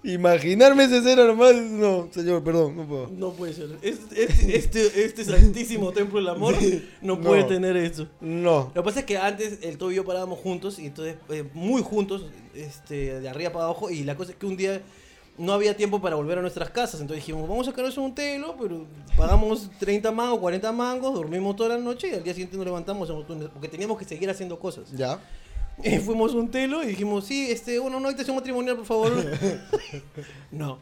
Imaginarme ese cero nomás. No, señor, perdón, no puedo. No puede ser. Es- es- este, este santísimo templo del amor no No. puede tener eso. No. Lo que pasa es que antes el Toby y yo parábamos juntos, y entonces, eh, muy juntos, este, de arriba para abajo, y la cosa es que un día no había tiempo para volver a nuestras casas, entonces dijimos, vamos a sacarnos un telo, pero pagamos 30 mangos, 40 mangos, dormimos toda la noche y al día siguiente nos levantamos, hacemos turnos, porque teníamos que seguir haciendo cosas. Ya. Y fuimos a un telo y dijimos, sí, este, bueno, una habitación matrimonial, por favor. no.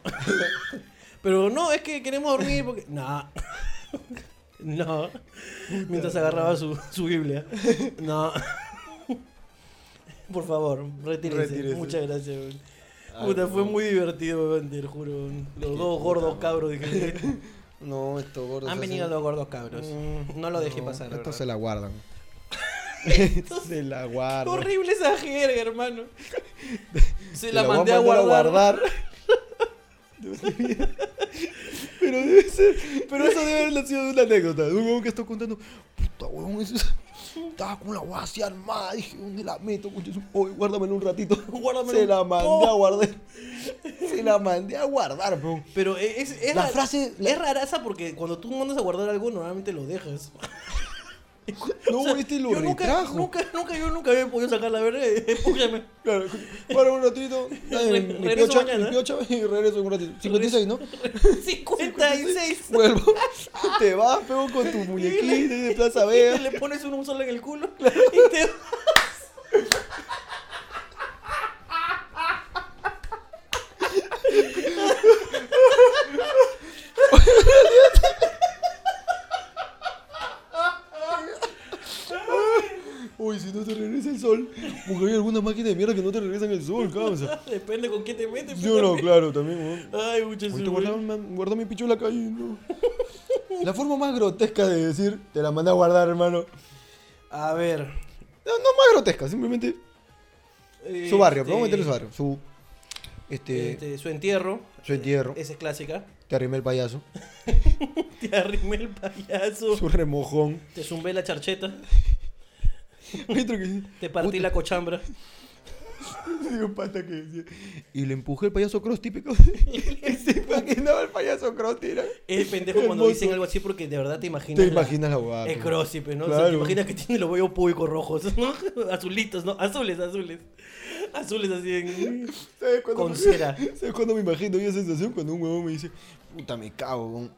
Pero no, es que queremos dormir porque... No. no. Mientras agarraba su, su Biblia. No. por favor, retírense. Retírese. Muchas gracias. weón. Puta, fue muy divertido, weón, te lo juro. weón. Los dos gordos cabros. dije. No, esto gordo. Han venido los gordos cabros. No lo dejé pasar. la Esto verdad. se la guardan. Esto Se la Qué guardan. Horrible esa jerga, hermano. Se Te la voy mandé a mandar guardar, Dios mío. Pero debe ser. Pero eso debe haber sido de una anécdota. De un huevón que está contando. Puta huevón, eso es- Estaba con la hueá así armada. Dije, ¿dónde la meto? Concha de su- Oye, guárdamela un ratito. Guárdamela Se un la mandé poco. a guardar. Se la mandé a guardar, huevón. Pero e, es, es, La ra- frase- es raraza porque cuando tú mandas a guardar algo, normalmente lo dejas. No, O sea, este lo yo nunca, retrajo. nunca, nunca, yo nunca había podido sacar la verga. Escúchame. Claro, para un ratito. dale, Re- mi regreso piocha, mañana. mi piocha, y regreso en un ratito. 56, ¿no? 56. Vuelvo. Te vas, pego con tu muñequita de Plaza Y Vega. le pones un sol en el culo y te vas. Oye, si no te regresa el sol, porque hay algunas máquinas de mierda que no te regresan el sol, causa. Depende con qué te metes. Yo no, claro, también, weón. Ay, muchas Ahorita guardaba- guardó mi pichula cayendo. La forma más grotesca de decir, te la mandé a guardar, hermano. A ver. No, no más grotesca, simplemente su barrio, pero vamos a meterle su este, barrio. Su, este, este, su entierro. Su entierro. Esa es clásica. te arrimé el payaso. Te arrimé el payaso. Su remojón. Te zumbé la charcheta. Hay otro que dice, Te partí la cochambra. Tenía un pata que decía, Y le empujé el payaso cross típico. Se imaginaba el payaso cross, tira. Es pendejo cuando Hermoso. dicen algo así porque de verdad te imaginas. Te la- imaginas la huevada. Es pe. crossy, pues, ¿no? O sea, te Claro. imaginas que tiene los huevos públicos rojos, ¿no? Azulitos, ¿no? Azules, azules. Azules así en... ¿Sabes cuándo Con me- cera. ¿Sabes cuándo me imagino yo esa sensación? Cuando un huevón me dice, puta, me cago, huevón.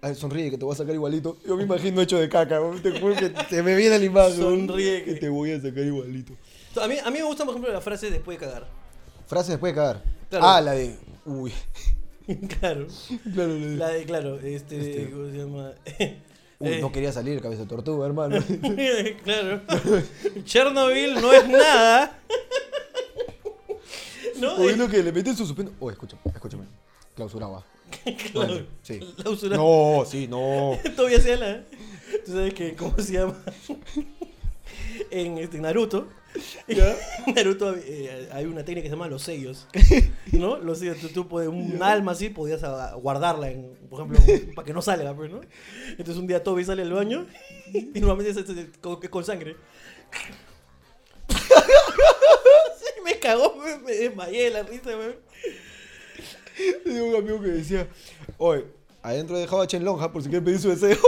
A ver, sonríe que te voy a sacar igualito. Yo me imagino hecho de caca, huevón. Te juro que te me viene la imagen. huevón, Sonríe que- Que te voy a sacar igualito. A mí, a mí me gustan, por ejemplo, las frases después de cagar. Frase después de cagar. Claro. Ah, la de. Uy. claro. Claro, la de. La de, claro, este... Este. ¿Cómo se llama? Uy, Eh, no quería salir, cabeza de tortuga, hermano. claro. Chernobyl no es nada. no, Uy, eh, lo que le meten su suspendo. Oh, escúchame, escúchame. Clausuraba. claro. Sí. La usura- No, sí, no. Todavía se la. ¿eh? Tú sabes que, ¿cómo se llama? en este, Naruto. En Naruto eh, hay una técnica que se llama los sellos. ¿No? Los sellos. Tú, tú puedes- un alma así podías ah, guardarla, en, por ejemplo, en- para que no salga, pues, ¿no? Entonces un día Toby sale al baño y normalmente es, es- es con, es con sangre. Sí, me cagó, me, me desmayé de la risa, weón. Tenía un amigo que decía, oye, adentro dejaba Chenlonja por si quiere pedir su deseo.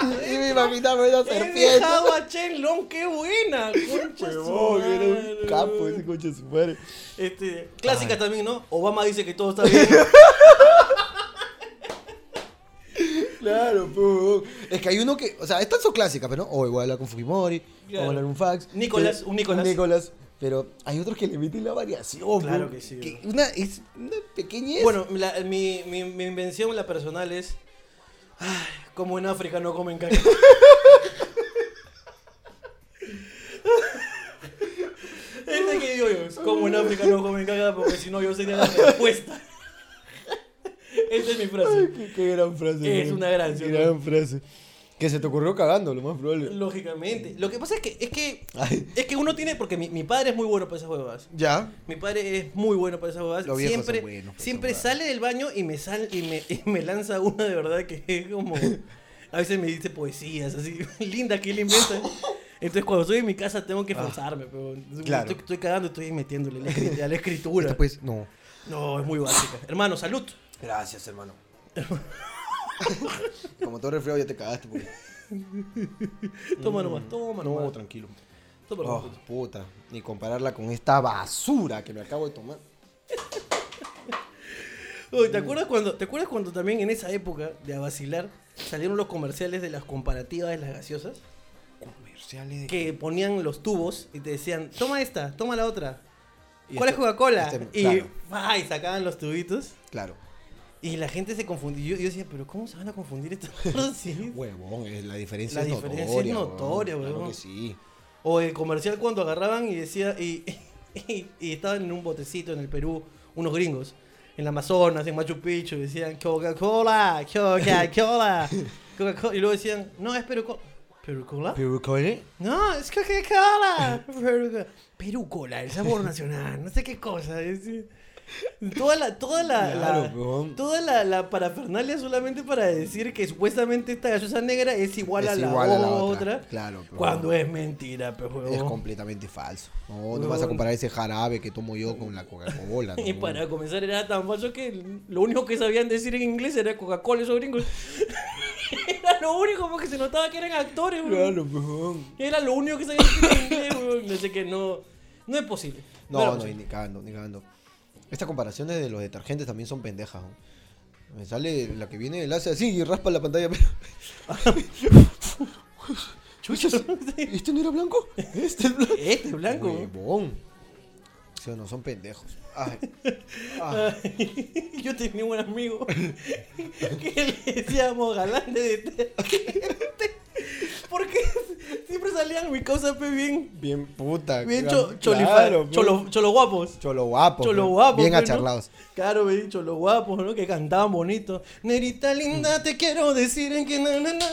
y me imaginaba esa He serpiente. dejado a Chen Long, qué buena, concha su Huevón, era madre, un capo weón. ese coche de su madre. Este, clásica también, ¿no? Obama dice que todo está bien. Claro, pues, huevón. Es que hay uno que, o sea, estas son clásicas, pero no, o voy a hablar con Fujimori, voy Claro. a hablar un fax. Nicolás, Pero- un Nicolás. Pero hay otros que le meten la variación, Claro huevón, que sí, huevón. una, es una pequeñez. bueno, la- mi, mi, mi invención, la personal, es. "Ay, como en África no comen caca. Este que digo yo, es como en África no comen caca, porque si no yo sería la respuesta. Esa es mi frase. Qué, qué gran frase. Es huevón. una gran, ¿sí o Qué no? gran frase. Que se te ocurrió cagando, lo más probable. Lógicamente. Lo que pasa es que, es que, Ay. es que uno tiene, porque mi, mi padre es muy bueno para esas huevas. Ya. Mi padre es muy bueno para esas huevadas. Los viejos son siempre buenos para siempre esas huevadas. sale del baño y me, sal, y, me, y me lanza una de verdad que es como. A veces me dice poesías así. Linda que él inventa. Entonces cuando estoy en mi casa tengo que forzarme, pero Ah, claro. estoy, estoy cagando, estoy metiéndole la escri- a la escritura. Esta, pues, no. No, es muy básica. Hermano, salud. Gracias, hermano. Como todo resfriado ya te cagaste, pues. porque... Toma nomás, toma nomás. Mm, No, tranquilo. Toma Oh, nomás. puta. Ni compararla con esta basura que me acabo de tomar. Oh, Uy, ¿te mm. acuerdas cuando, te acuerdas cuando también en esa época de a vacilar salieron los comerciales de las comparativas de las gaseosas? Comerciales que ponían los tubos y te decían, toma esta, toma la otra. Y ¿Cuál este- es Coca-Cola? este- y, claro. ¡ah! y sacaban los tubitos. Claro. Y la gente se confundía. Yo, yo decía, pero ¿cómo se van a confundir estos cosas? Sí. Huevón, es- la diferencia La es diferencia es notoria. notoria, huevón. huevón. Claro que sí. O el comercial cuando agarraban y decía, y, y- y estaban en un botecito en el Perú, unos gringos, en la Amazonas, en Machu Picchu, y decían Coca-Cola, Coca-Cola, Coca-Cola. Y luego decían, no, es Perú-Cola. ¿Perú-Cola? Pero No, es Coca-Cola. Perú- Perú-Cola, el sabor nacional, no sé qué cosa. es- toda la, toda la, Claro, la- weón. toda la, la parafernalia solamente para decir que supuestamente esta gaseosa negra es igual, a, Es la igual a la otra. otra, claro, weón. cuando es mentira, pues, weón. Es completamente falso. No, no Huevón. vas a comparar ese jarabe que tomo yo con la Coca-Cola. Y no. para comenzar era tan falso que lo único que sabían decir en inglés era Coca-Cola esos gringos. era lo único porque se notaba que eran actores, weón. Claro, huevón. Era lo único que sabía decir en inglés, weón. Así que no, no es posible. No, Pero, no, y ni cagando, ni cagando. Estas comparaciones de los detergentes también son pendejas. ¿no? Me sale la que viene del Asia así y raspa la pantalla. Pero... Chuchas, ¿este no era blanco? Este es blanco. Este es blanco. Huevón. Sí, no, son pendejos. Ay. Ay, Yo tenía un amigo que le decíamos galán de detergente. Porque siempre salían mi causa pe bien. Bien puta. Bien claro, cho, cholifa- claro, pues. pe. cholo, cholo guapos. Cholo guapo. Cholo pe. guapos. Bien pe, ¿no? acharlados. Claro, pe, cholo guapos, ¿no? Que cantaban bonito. Nerita linda, te quiero decir en que na, na, na.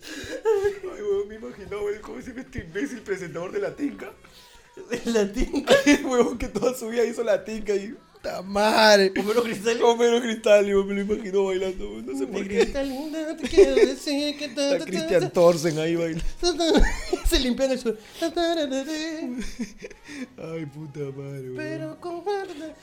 Ay, weón, me imagino, weón, cómo se llama este imbécil presentador de la tinca. La tinta. weón, que toda su vida hizo la tinca y. Puta madre. Homero Cristal. Homero Cristal, yo me lo imagino bailando, weón, no sé por qué. Negrita linda, te quiero decir que ta, ta, Está ta, Cristian Torsen ahí bailando. ta, ta, ta. Se limpian el suelo. Ta, ta, ra, ra, ra. Ay, puta madre, weón. Pero con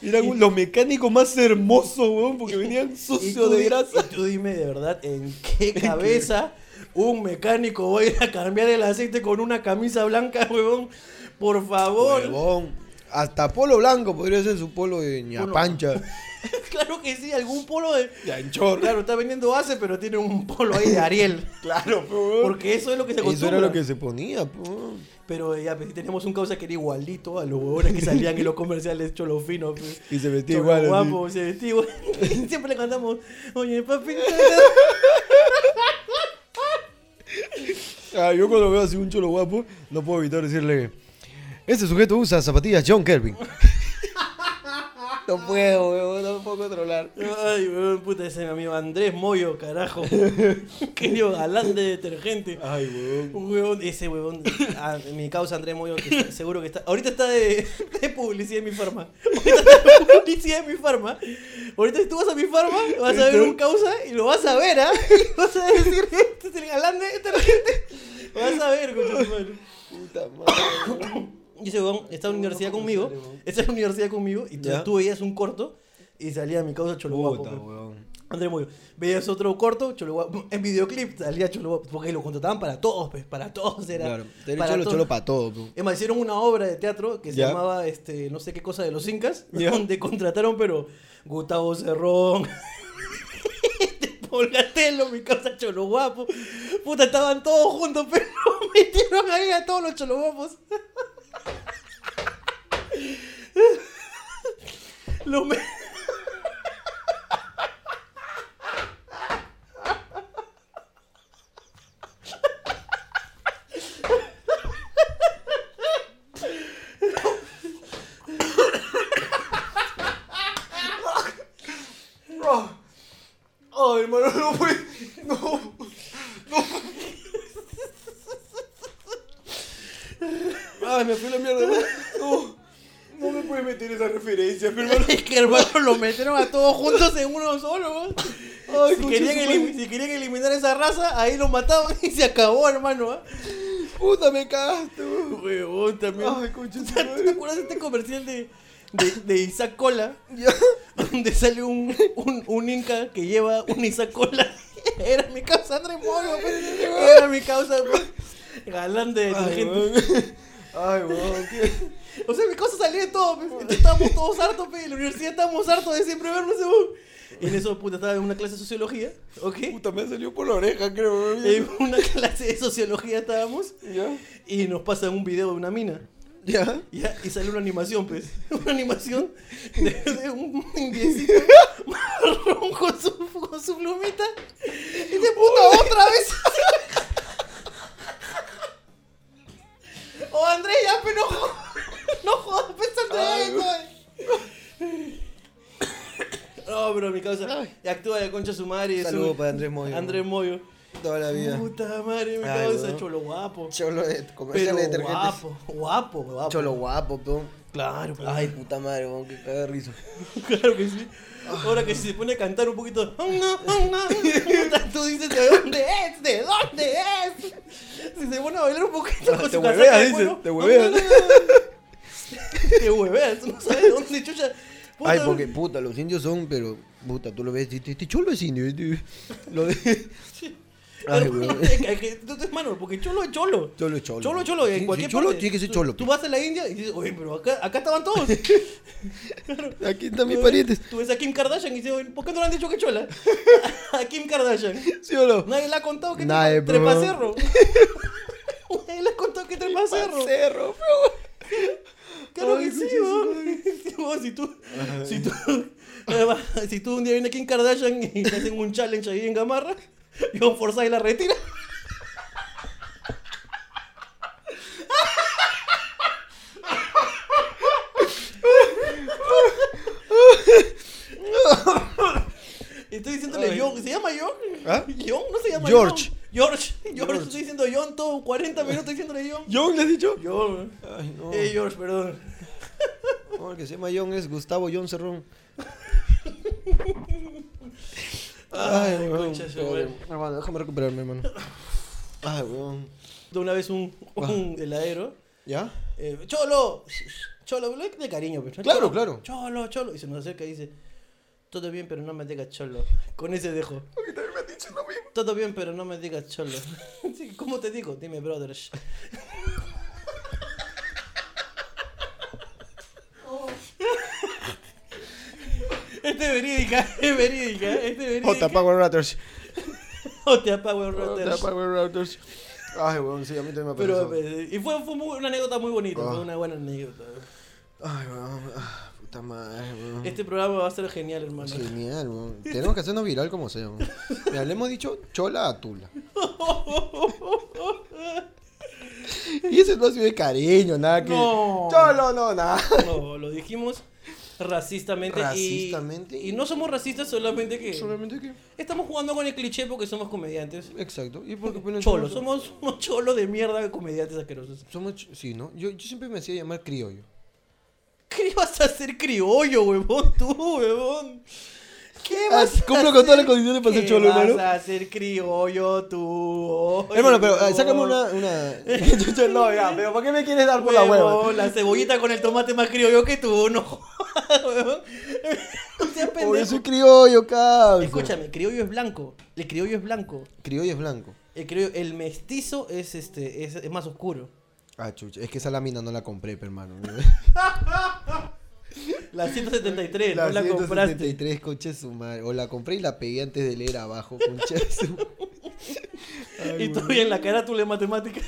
Eran los mecánicos más hermosos, weón, porque venían Y sucios tú de di- grasa. Y tú dime de verdad, ¿en qué cabeza un mecánico va a ir a cambiar el aceite con una camisa blanca, huevón? Por favor. Huevón. Hasta polo blanco podría ser su polo de ñapancha. claro que sí, algún polo de. De anchor. Claro, está vendiendo ace, pero tiene un polo ahí de Ariel. Claro, pues, weón. Porque eso es lo que se Eso acostumbra. era lo que se ponía, po. Pero eh, ya, pues, tenemos un causa que era igualito a los huevones que salían en los comerciales cholofinos. Pues. Y se vestía Cholo igual. así. guapo, se vestía igual. Siempre le cantamos, oye papi. Ah, yo cuando veo así un cholo guapo, no puedo evitar decirle, este sujeto usa zapatillas John Kelvin. no puedo, weón, no me puedo controlar. Ay, weón, puta, ese es mi amigo Andrés Moyo, carajo. Querido galán de detergente. Ay, weón. Un Huevón, ese huevón, ah, mi causa Andrés Moyo, que está- seguro que está. Ahorita está de, de publicidad en mi farma. Ahorita está de publicidad en mi farma. Ahorita si tú vas a mi farma, vas a ver un causa y lo vas a ver, ¿ah? Y Vas a decir, este es el galán de detergente. Vas a ver, con Puta madre. y ese weón está en la universidad conmigo. Está en la universidad conmigo. Y tú, Ya. tú veías un corto y salía mi causa Cholo Guapo. Puta, pe. weón. André Moyo. Veías otro corto, Cholo Guapo. En videoclip salía Cholo Guapo. Porque lo contrataban para todos, pues. Para todos era. Claro, te para cholo, todos. cholo para todo, po. Es más, hicieron una obra de teatro que se Ya. llamaba este, no sé qué cosa de los incas, Ya. donde contrataron, pero Gustavo Cerrón, Paul Gatelo, mi casa Cholo Guapo. Puta, estaban todos juntos, pero metieron ahí a todos los Cholo Guapos. Los me- Ay, hermano, no fue. No. No. Ay, me fui a la mierda. No. No me puedes meter esa referencia, mi hermano. Es que hermano lo metieron a todos juntos en uno solo. ¿no? Ay, Si concha querían, su elim- madre. si querían eliminar esa raza, ahí lo mataban y se acabó, hermano. ¿ah? Puta, me cagaste, weón. Huevón también. Ay, concha ¿Tú su te madre. acuerdas de este comercial de, de, de Isaac Cola? Donde sale un, un, un inca que lleva un Isaac Cola. Era mi causa Andrés Moro, pues. Era mi causa pues. galán de la Ay, gente. weón. Ay, weón. qué- O sea, mi causa salía de todo. pues. Entonces, Estábamos todos hartos, pues. En la universidad estábamos hartos de siempre vernos. según. En eso, puta, estaba en una clase de sociología. ¿Ok? Puta, me salió por la oreja, creo, En weón. una clase de sociología estábamos. Ya. Y nos pasan un video de una mina. ¿Ya? Ya, y sale una animación, pues. Una animación de, de un indiecito marrón con su, con su plumita. Y de puta otra vez. Oh, Andrés, ya, pero no jodas. No jodas, pensando Ay, en No, pero mi causa. Y actúa de concha su madre. es Saludo un- para Andrés Moyo. Andrés Moyo. Toda la vida. Puta madre, mi Ay, causa, weón. cholo guapo. Cholo de comercial Pero de detergentes. guapo, guapo, guapo. Cholo guapo, po. Claro, pues. Ay, puta madre, weón, que caga de risa. Claro que sí. Ahora que si se pone a cantar un poquito. puta, Tú dices de dónde es, de dónde es. Si se pone a bailar un poquito Ah, con Te su hueveas, casaca de dices, cuero, te hueveas. Te hueveas, no sabes dónde chucha. Puta, Ay, porque puta, los indios son, pero puta, tú lo ves, este, este cholo es indio. este- lo de... Ay, hermano, weón. es que- es que- entonces, hermano, porque cholo es cholo. Cholo es cholo. Cholo, cholo, en Sí, sí, cualquier cholo parte. tiene que ser Tú- cholo, Tú pe. vas a la India y dices, oye, pero acá, acá estaban todos. Aquí están mis parientes. Tú ves a Kim Kardashian y dices, oye, ¿por qué no le han dicho que chola? A Kim Kardashian. ¿Sí o no? Nadie le ha contado que Nadie, trepa, trepa bro. cerro. Nadie le ha contado que trepa cerro. Cerro, Claro Ay, que sí, concha weón. Sí, weón, Si tú, si tú, Además, si tú un día vienes aquí en Kardashian y te hacen un challenge ahí en Gamarra, John Forsyth la retira. Estoy diciéndole John, ¿se llama John? ¿Ah? John, no se llama George. John. George, George, estoy diciendo John todo 40 minutos diciéndole John. ¿John le has dicho? John. Ay, no. Eh, George, perdón. No, el que se llama John es Gustavo John Cerrón. Ay, weón. concha su madre. Espérate, Hermano, déjame recuperarme, hermano. Ay, weón. De Una vez un, Ah. un heladero. ¿Ya? eh, cholo, cholo, lo de cariño, pues, ¿no? Claro, Cholo, claro. Cholo, cholo. Y se nos acerca y dice, todo bien, pero no me digas cholo. Con ese dejo. Todo bien, pero no me digas cholo. Sí, ¿Cómo te digo? Dime, Este brothers. Este es verídica, es verídica, este es J verídica. Power Routers. O te apago el J router. Power Routers. Ay, weón, sí, a mí también me ha Pero, pasado. eh, y fue, fue muy- una anécdota muy bonita, Ah. fue una buena anécdota. Ay, weón. ah, Puta madre, weón. Este programa va a ser genial, hermano. Genial, weón. Tenemos que hacernos viral como sea, weón. Mira, le hemos dicho chola a tula. Y ese no ha sido de cariño, nada que. No. Cholo, no, nada. No, lo dijimos racistamente. y- Racistamente. Y, no somos racistas, solamente que Solamente que. estamos jugando con el cliché porque somos comediantes. Exacto. ¿Y por qué pues, ponen Cholos, somos unos cholos de mierda de comediantes asquerosos. Somos ch- sí, ¿no? Yo, yo siempre me hacía llamar criollo. ¿Qué vas a hacer criollo, huevón? Tú, huevón. ¿Qué vas Ah, a Ah, cumplo con hacer- todas las condiciones para ser ¿Qué cholo, hermano? vas a hacer criollo tú? Hermano, pero ah, huevón? sácame una. una... Chucha, no, ya, pero ¿por qué me quieres dar por la Huevón, hueva? La cebollita con el tomate más criollo que tú, no jodas, huevón. No seas Por eso pendejo. es criollo, cabrón. Escúchame, criollo es blanco. El criollo es blanco. Criollo es blanco. El criollo, el mestizo es este, es, es más oscuro. Ah, chucha. Es que esa lámina no la compré, pe, hermano. La 173, no la 173, compraste. concha de su madre. O la compré y la pegué antes de leer abajo, concha de su y todavía en la carátula de matemáticas.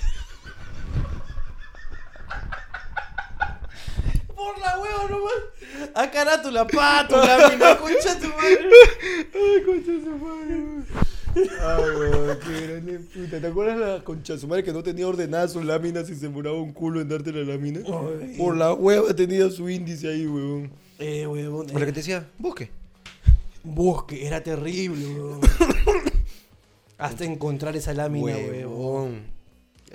Por la hueva nomás. A carátula, pato, lámina, concha tu madre. Ay, weón, qué grande puta. ¿Te acuerdas la concha de su madre que no tenía ordenadas sus láminas y se demoraba un culo en darte la lámina? Ay. Por la hueva tenía su índice ahí, weón. Eh, huevón. Por lo eh, que te decía, busque. Bosque, era terrible, huevón. Hasta encontrar esa lámina, huevón. Huevón.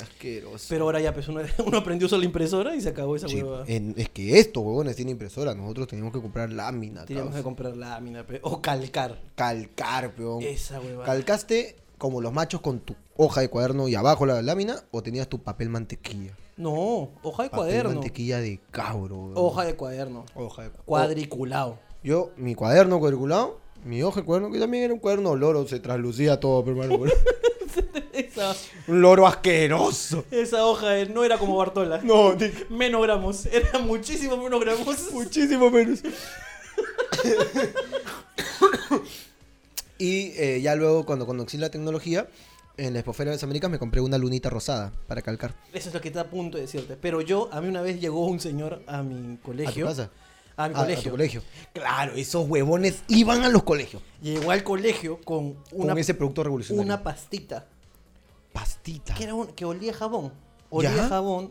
Asqueroso. Pero ahora ya, pues uno, uno aprendió solo impresora y se acabó esa Sí, hueva. en- es que estos huevones tienen impresora. Nosotros teníamos que comprar lámina. Teníamos que causa. comprar lámina, pe- o calcar. Calcar, peón. Esa hueva. ¿Calcaste como los machos con tu hoja de cuaderno y abajo la lámina o tenías tu papel mantequilla? No, hoja de Papel cuaderno. mantequilla de cabro. huevón. Hoja de cuaderno. Hoja de cu- Oh, Cuadriculado. Yo, mi cuaderno cuadriculado, mi hoja de cuaderno, que también era un cuaderno loro, se traslucía todo, pero hermano. Esa, un loro asqueroso. esa hoja eh, no era como Bartola. No, ni- Menos gramos. Era muchísimo menos gramos. muchísimo menos. Y eh, ya luego, cuando conocí la tecnología, en la Expofera de las Américas me compré una lunita rosada para calcar. Eso es lo que está a punto de decirte. Pero yo, a mí una vez llegó un señor a mi colegio. ¿A tu casa? A mi Ah, colegio. tu colegio. Claro, esos huevones iban a los colegios. Llegó al colegio con una, con ese producto revolucionario. una pastita. pastita. Que, era un- que olía a jabón. Olía ¿Ya? a jabón.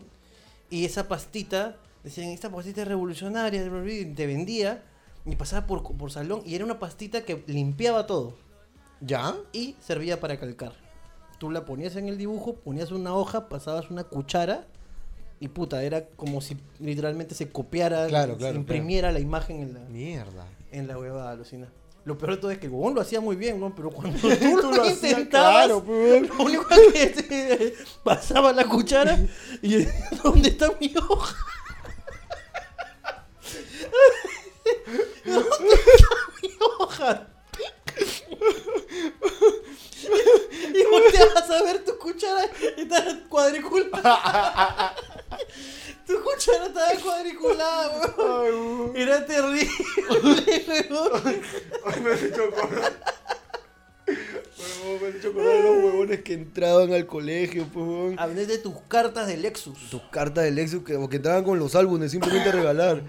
Y esa pastita, decían, esta pastita es revolucionaria, y te vendía. Y pasaba por, por salón y era una pastita que limpiaba todo. ¿Ya? Y servía para calcar. Tú la ponías en el dibujo, ponías una hoja, pasabas una cuchara. Y puta, era como si literalmente se copiara, Claro, se claro, imprimiera la imagen en la, Mierda. en la huevada, alucina. Lo peor de todo es que el huevón lo hacía muy bien, huevón, pero cuando tú, lo, lo hacías, intentabas, claro, pues, lo único que te- pasaba la cuchara y ¿dónde está mi hoja? ¿Dónde está mi hoja? Y volteabas a ver tu cuchara y estaba cuadriculada. tu cuchara estaba cuadriculada, huevón. Era terrible, weón. Ay, me has hecho acordar. Huevón, me has hecho acordar de los huevones que entraban al colegio, pues, huevón. Ah. Hablé de tus cartas de Lexus. Tus cartas del Lexus que, o que entraban con los álbumes simplemente a regalar.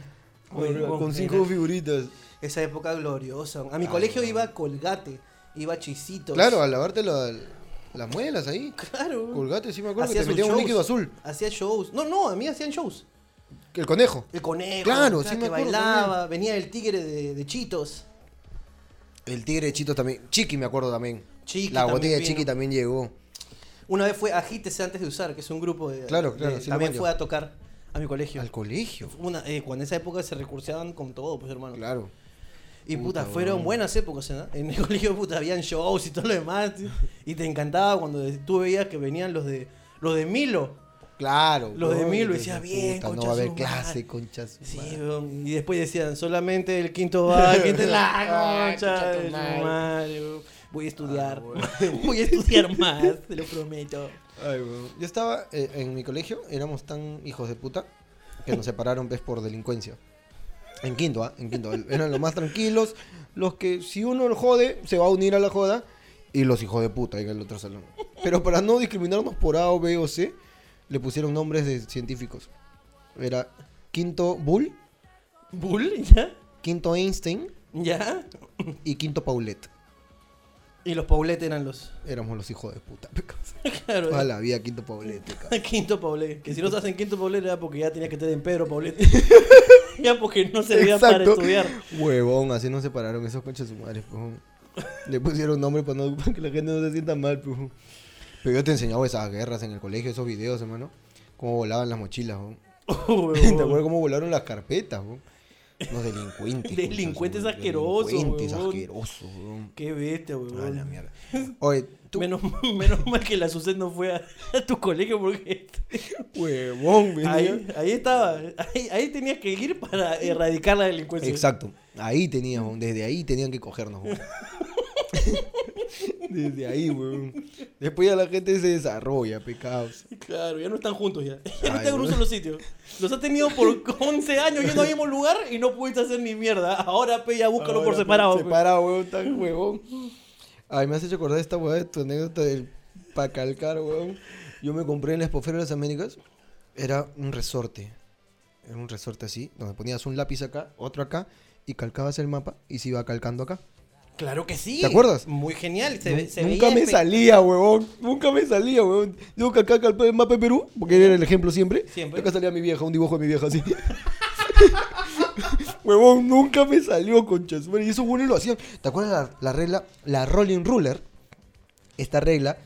Huevón, con era- cinco figuritas. Esa época gloriosa. A mi colegio iba Colgate, iba Chisitos. Claro, a lavarte la- las muelas ahí. Claro. Colgate, sí me acuerdo que Hacía te sus metían un shows. líquido azul. Hacía shows. No, no, a mí hacían shows. El conejo. El conejo. Claro, o sea, sí me que acuerdo bailaba, venía el tigre de, de Chitos. El tigre de Chito también. Chiqui me acuerdo también. Chiqui La también botella de vino. Chiqui también llegó. Una vez fue Agítese antes de usar, que es un grupo de. Claro, claro, de- sí lo también manjo. fue a tocar a mi colegio. Al colegio. Una, eh, cuando en esa época se recurseaban con todo, pues hermano. Claro. Y puta, fueron buenas épocas, ¿eh? En mi colegio, puta, habían shows y todo lo demás. tío. Y te encantaba cuando de- tú veías que venían los de los de Milo. Claro. Los de ¿no? Milo Y decía, puta, bien, No concha va a su haber madre. clase, conchas. Sí, weón. y después decían, solamente el quinto va, el quinto la Ah, concha de su madre, Ah, weón. Voy a estudiar, voy a estudiar más, te lo prometo. Ay, weón. Yo estaba eh, en mi colegio, éramos tan hijos de puta que nos separaron ves por delincuencia. En quinto, ¿ah? En quinto. Eran los más tranquilos, los que si uno lo jode, se va a unir a la joda, y los hijos de puta en el otro salón. Pero para no discriminarnos por A o B o C, le pusieron nombres de científicos. Era quinto Bull, ¿Bull? ¿Ya? quinto Einstein ¿Ya? y quinto Paulette. Y los Paulet eran los. Éramos los hijos de puta. Claro, Toda la vida quinto Paulette. cabrón. Quinto Paulet. Que si no estás en quinto Paulet era porque ya tenías que estar en Pedro Paulet. ya porque no servía para Exacto. estudiar. Huevón, así nos separaron esos conchas de su madre, pujón. Le pusieron nombre para, no- para que la gente no se sienta mal, pujón. Pero yo te enseñaba esas guerras en el colegio, esos videos, hermano. Cómo volaban las mochilas, pujón. Oh, ¿Te weón. acuerdas cómo volaron las carpetas, pujón? Los delincuentes. concha de su Delincuentes madre, asquerosos, Delincuentes huevón. asquerosos, huevón. Qué bestia, A weón. la mierda. Oye, tú, Menos, menos mal que la Suset no fue a, a tu colegio porque huevón, venía. ahí, ahí estaba, ahí, ahí tenías que ir para erradicar la delincuencia. Exacto. Ahí teníamos, desde ahí tenían que cogernos. weón. desde ahí, weón. Después ya la gente se desarrolla, pecados. Claro, ya no están juntos ya. Ya no Ay, están en un bro. solo sitio. Los has tenido por 11 años yendo al mismo lugar y no pudiste hacer ni mierda. Ahora pues, pe, ya búscalo por separado. pues. pe. Separado, weón, tan huevón. Ay, me has hecho acordar esta weá de tu anécdota del pa' calcar, weón. Yo me compré en la Espofera de las Américas. Era un resorte. Era un resorte así, donde ponías un lápiz acá, otro acá, y calcabas el mapa y se iba calcando acá. Claro que sí. ¿Te acuerdas? Muy genial. Se, ve- se Nunca veía me espe- salía, huevón. Nunca me salía, huevón. Yo que acá calpé el mapa de Perú, porque era el ejemplo siempre. Siempre. Acá salía mi vieja, un dibujo de mi vieja así. huevón, nunca me salió, concha. de su madre. Y eso, bueno, lo hacían. ¿Te acuerdas la, la regla? La Rolling Ruler. Esta regla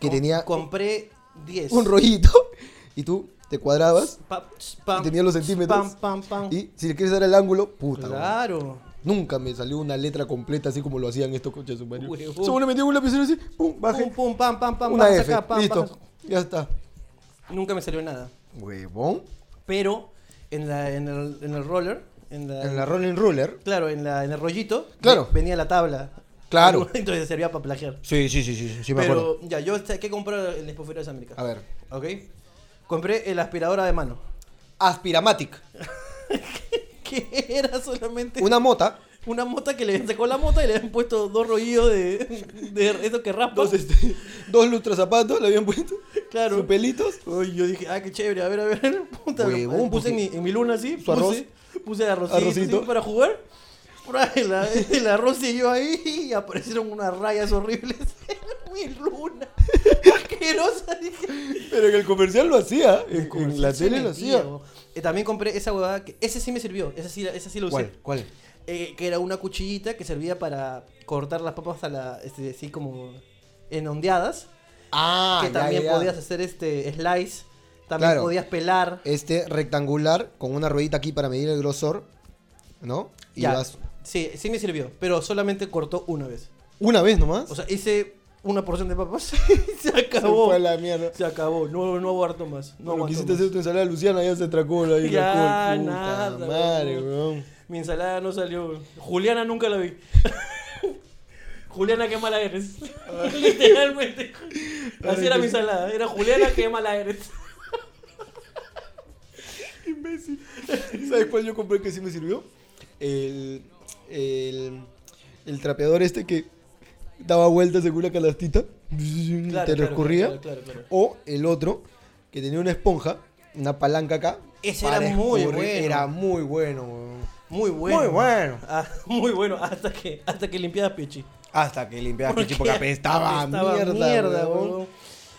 que Com- tenía Compré 10. un rollito y tú te cuadrabas Pa- spam, y tenías los centímetros. Pam, pam, pam. Y si le quieres dar el ángulo, puta, huevón. Claro. Nunca me salió una letra completa así como lo hacían estos conchas submarinos. Huevón. Según le metí un lapicero así, pum, bajé. Pum, pum, pam, pam, pam. Una bajas F, acá, pam, listo. bajas. Ya está. Nunca me salió nada. Huevón. Pero en, la, en, el, en el roller, en la, En la Rolling Ruler. claro, en, la, en el rollito, Claro. ve- venía la tabla. Claro. Entonces servía para plagiar. Sí, sí, sí, sí, sí me acuerdo. Pero ya, yo sé que compré en la Expofera de América. A ver. ¿Ok? Compré el aspiradora de mano. Aspiramatic. Que era solamente Una mota. una mota que le habían sacado la mota y le habían puesto dos rollos de, de eso que raspa. Dos, este, dos lustrazapatos le habían puesto. Claro. Sus pelitos. Uy, yo dije, ah, qué chévere, a ver, a ver. Puta, lo- Huevón, puse en mi, porque- en mi luna así, su puse, arroz. puse el arrocito, así Arrocito. para jugar. Pura, El, a- el arroz siguió ahí y aparecieron unas rayas horribles. mi luna. Asquerosa, dije. Pero en el comercial lo hacía. En, en la Sí, tele lo mentira, hacía. bo. Eh, también compré esa huevada que. Esa sí me sirvió, esa sí, la- esa sí la usé. ¿Cuál? ¿Cuál? Eh, que era una cuchillita que servía para cortar las papas a la, este, así como en ondeadas. Ah, que ya, también ya, ya. podías hacer este slice. También Claro. podías pelar. Este rectangular con una ruedita aquí para medir el grosor. ¿No? Y Ya, vas Sí, sí me sirvió, pero solamente cortó una vez. una vez nomás. O sea, hice una porción de papas y se acabó. fue Se, a la mierda. acabó, no, no aguanto más. No Lo aguanto quisiste más. hacer tu ensalada Luciana ya se atracó la ahí Ya, la col. Puta nada, Madre, weón. Mi ensalada no salió. Juliana nunca la vi. Juliana, qué mala eres. Ah. Literalmente. Así era mi ensalada. Era Juliana, qué mala eres. ¿Sabes cuál yo compré que sí me sirvió? El, el, el trapeador este que daba vueltas según la canastita. y Claro, te claro, recurría. claro, claro, claro. O el otro que tenía una esponja, una palanca acá. Ese para era muy escurrir. bueno. Era muy bueno, weón. Muy bueno. Muy bueno. Ah, muy bueno, hasta que, hasta que limpiaba Pechi. Hasta que limpiaba Porque Pechi porque apestaba, a apestaba mierda, mierda, huevón. huevón.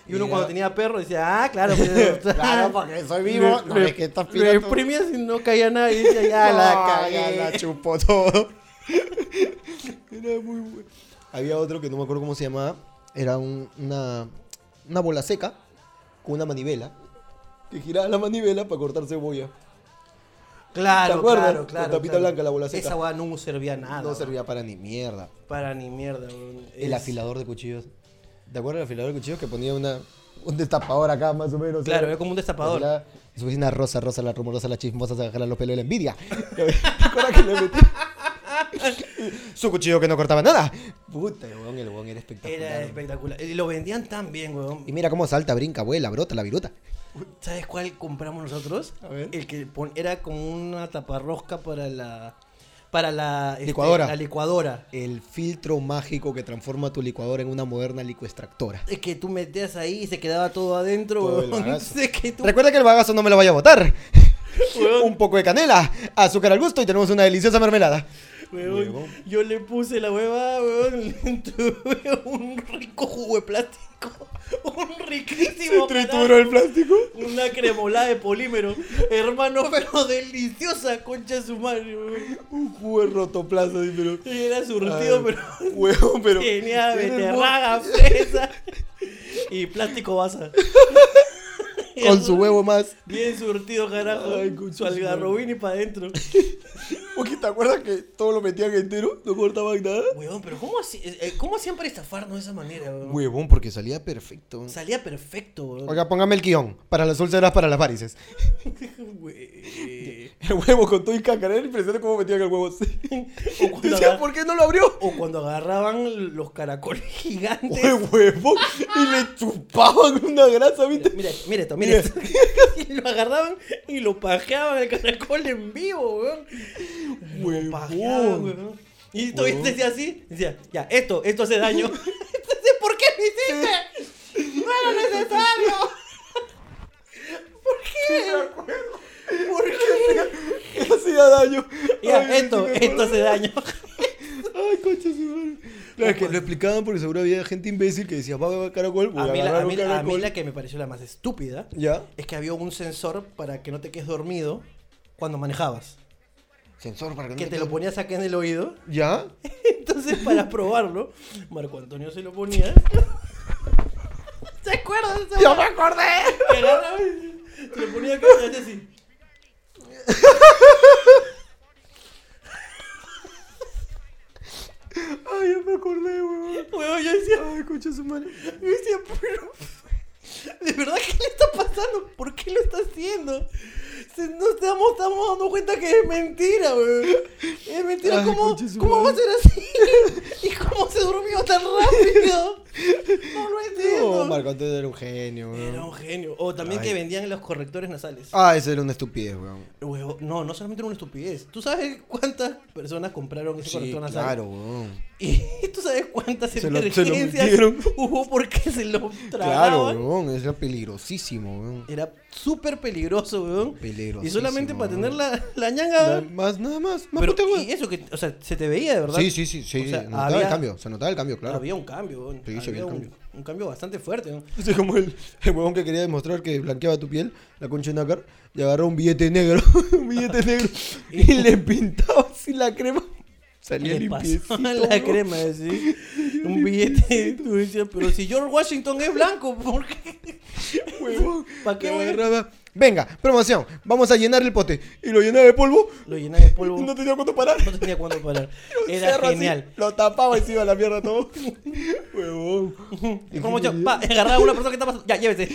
Y uno Y cuando ya. tenía perro decía, ah, claro, pues, Claro, porque soy vivo. Le- No le- es que estás Lo pirata. imprimías y no caía nada y decía, ya la Ah, ya cagué. la chupó todo. Era muy bueno. Había otro que no me acuerdo cómo se llamaba. Era un- una, una bola seca con una manivela. Que giraba la manivela para cortar cebolla. Claro, ¿Te acuerdas? claro, Con claro. tapita claro. blanca, la bola seca. Esa weá no servía a nada. no weón. servía para ni mierda. Para ni mierda, weón. El Es- afilador de cuchillos. ¿Te acuerdas del afilador de cuchillos que ponía una, un destapador acá más o menos? Claro, Era- era como un destapador. La- Su vecina rosa, rosa, la rumorosa, la chismosa, se agarra los pelos de la envidia. Recuerda que le metí. Su cuchillo que no cortaba nada. Puta, el huevón, el huevón era espectacular. Era espectacular. Y lo vendían tan bien, weón. Y mira cómo salta, brinca, vuela, brota, la viruta. ¿Sabes cuál compramos nosotros? A ver. El que pon- era como una taparrosca para la. Para la. este, Licuadora. La licuadora. El filtro mágico que transforma tu licuadora en una moderna licuextractora. Es que tú metías ahí y se quedaba todo adentro, Todo el weón. bagazo. Es que tú- Recuerda que el bagazo no me lo vaya a botar. Un poco de canela, azúcar al gusto y tenemos una deliciosa mermelada. Weón, yo le puse la hueva, weón, tuve un rico jugo de plástico, un riquísimo Trituró el plástico. carajo, una cremolada de polímero, hermano, pero deliciosa, concha de su madre, weón. Un jugo de rotoplazo, sí, pero. Y Era surtido, Ay, pero Huevón, pero. tenía Era hermoso. beterraga, fresa y plástico basa. Con su huevo más. Bien surtido, carajo, Ay, concha su de su madre. algarrobín y para adentro. Porque te acuerdas que todo lo metían entero, no cortaban nada. Weón, pero ¿cómo, hacía- eh, ¿cómo hacían para estafarnos de esa manera, weón? Huevón, porque salía perfecto. Salía perfecto, weón. Oiga, póngame el guión. Para las úlceras, para las varices. Güey. El huevo con todo y caca, era impresionante cómo metían el huevo así. O cuando, Decía, agar- ¿por qué no lo abrió? o cuando agarraban los caracoles gigantes. Oye, huevo. Y le chupaban una grasa, Mira, ¿viste? mira, mira esto, mira esto. Y lo agarraban y lo pajeaban al caracol en vivo, weón. Lo pajeaban, Huevón. weón. Y tú decía así, decía, ya, esto, esto hace daño. Entonces, ¿por qué lo hiciste? No era necesario. ¿Por qué? ¿Por qué? Hacía daño. Ya, Ay, esto, sí me esto hace daño. Ay, concha de su madre. Claro, es que lo explicaban porque seguro había gente imbécil que decía, va, va, va, caracol, voy A mí, la, agarrar a un mí la- a mí caracol. la que me pareció la más estúpida Ya. es que había un sensor para que no te quedes dormido cuando manejabas. Sensor para Que te lo ponías acá en el oído. ¿Ya? Entonces, para probarlo, Marco Antonio se lo ponía. ¿Se acuerdas de esa ¡Yo me hueá? acordé! Que agarraba y Se lo ponía acá y hacía así. Ay, ya me acordé, huevón. Huevón, yo decía, Ay, concha de su madre. yo decía, pero. ¿De verdad qué le está pasando? ¿Por qué lo está haciendo? Se- no estamos, estamos dando cuenta que es mentira, weón. Es mentira. Ay, ¿Cómo, concha su ¿cómo va a madre. ser así? ¿Y cómo se durmió tan rápido? No lo entiendo. No, Marco Antonio era un genio, weón. Era un genio. O también Ay. que vendían los correctores nasales. Ah, eso era una estupidez, weón. Huevo- no, no solamente era una estupidez. ¿Tú sabes cuántas personas compraron ese Sí, corrector nasal? claro, weón. Y tú sabes cuántas Se lo- se lo emergencias metieron. hubo porque se lo Claro, ¿eh? tragaban. weón. Era peligrosísimo, weón. Era súper peligroso, weón. Peligrosísimo. Y solamente para tener la, la ñanga. Nada más, nada más. Más pero, puta, weón. y eso que, o sea, se te veía de verdad. Sí, sí, sí. sí O sea, se notaba había- el cambio. Se notaba el cambio, claro. Había un cambio, weón. Sí, se Había veía el un, cambio. un cambio bastante fuerte, weón. Ese es como el, el huevón que quería demostrar que blanqueaba tu piel, la concha de nácar, y agarró un billete negro, un billete negro, y le pintaba así la crema. Salía Le limpiecito. pasó la crema, sí. Un billete. Tú decías, pero si George Washington es blanco, ¿por qué? huevón. ¿Para qué, Le weón? agarraba Venga, promoción. Vamos a llenar el pote. Y lo llenaba de polvo, Lo llenaba de polvo. y no tenía cuánto parar. No tenía cuándo parar. Un Era cerro así, genial. lo tapaba y se iba a la mierda todo. huevón. Y como yo, pa, agarraba a una persona que estaba pasando. Ya, llévese.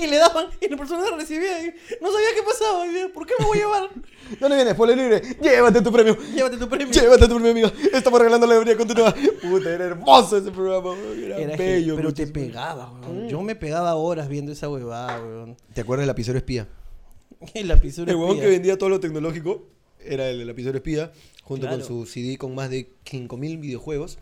Y le daban, y la persona la recibía. Y no sabía qué pasaba. Y decía, ¿por qué me voy a llevar? ¿Dónde vienes? Pole libre. Llévate tu premio. Llévate tu premio. Llévate tu premio, amigo. Estamos regalando la alegría continua. Puta, era hermoso ese programa. huevón. Era, Era genial, bello. Mm. pero te concha de su madre. pegaba, weón. Yo me pegaba horas viendo esa huevada, weón. ¿Te acuerdas del lapicero espía? Y la pisura. El huevón espía. que vendía todo lo tecnológico era el lapicero espía, Junto Claro. con su CD con más de 5.000 videojuegos.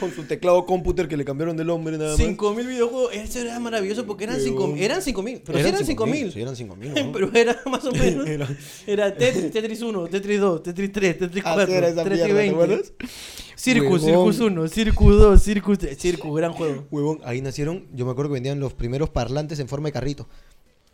Con su teclado computer que le cambiaron del hombre nada más. 5.000 videojuegos. Eso era maravilloso porque eran 5.000. Eran 5.000. Pero sí eran 5.000. Sí, eran 5000. ¿no? Pero era más o menos. Era, Tet- Tetris 1, Tetris 2, Tetris 3, Tetris 4, Así Ah, era esa Tetris mierda, ¿te 20. acuerdas? Circus, Huevón. Circus 1, Circus 2, Circus 3. Circus, gran juego. Huevón, ahí nacieron, yo me acuerdo que vendían los primeros parlantes en forma de carrito.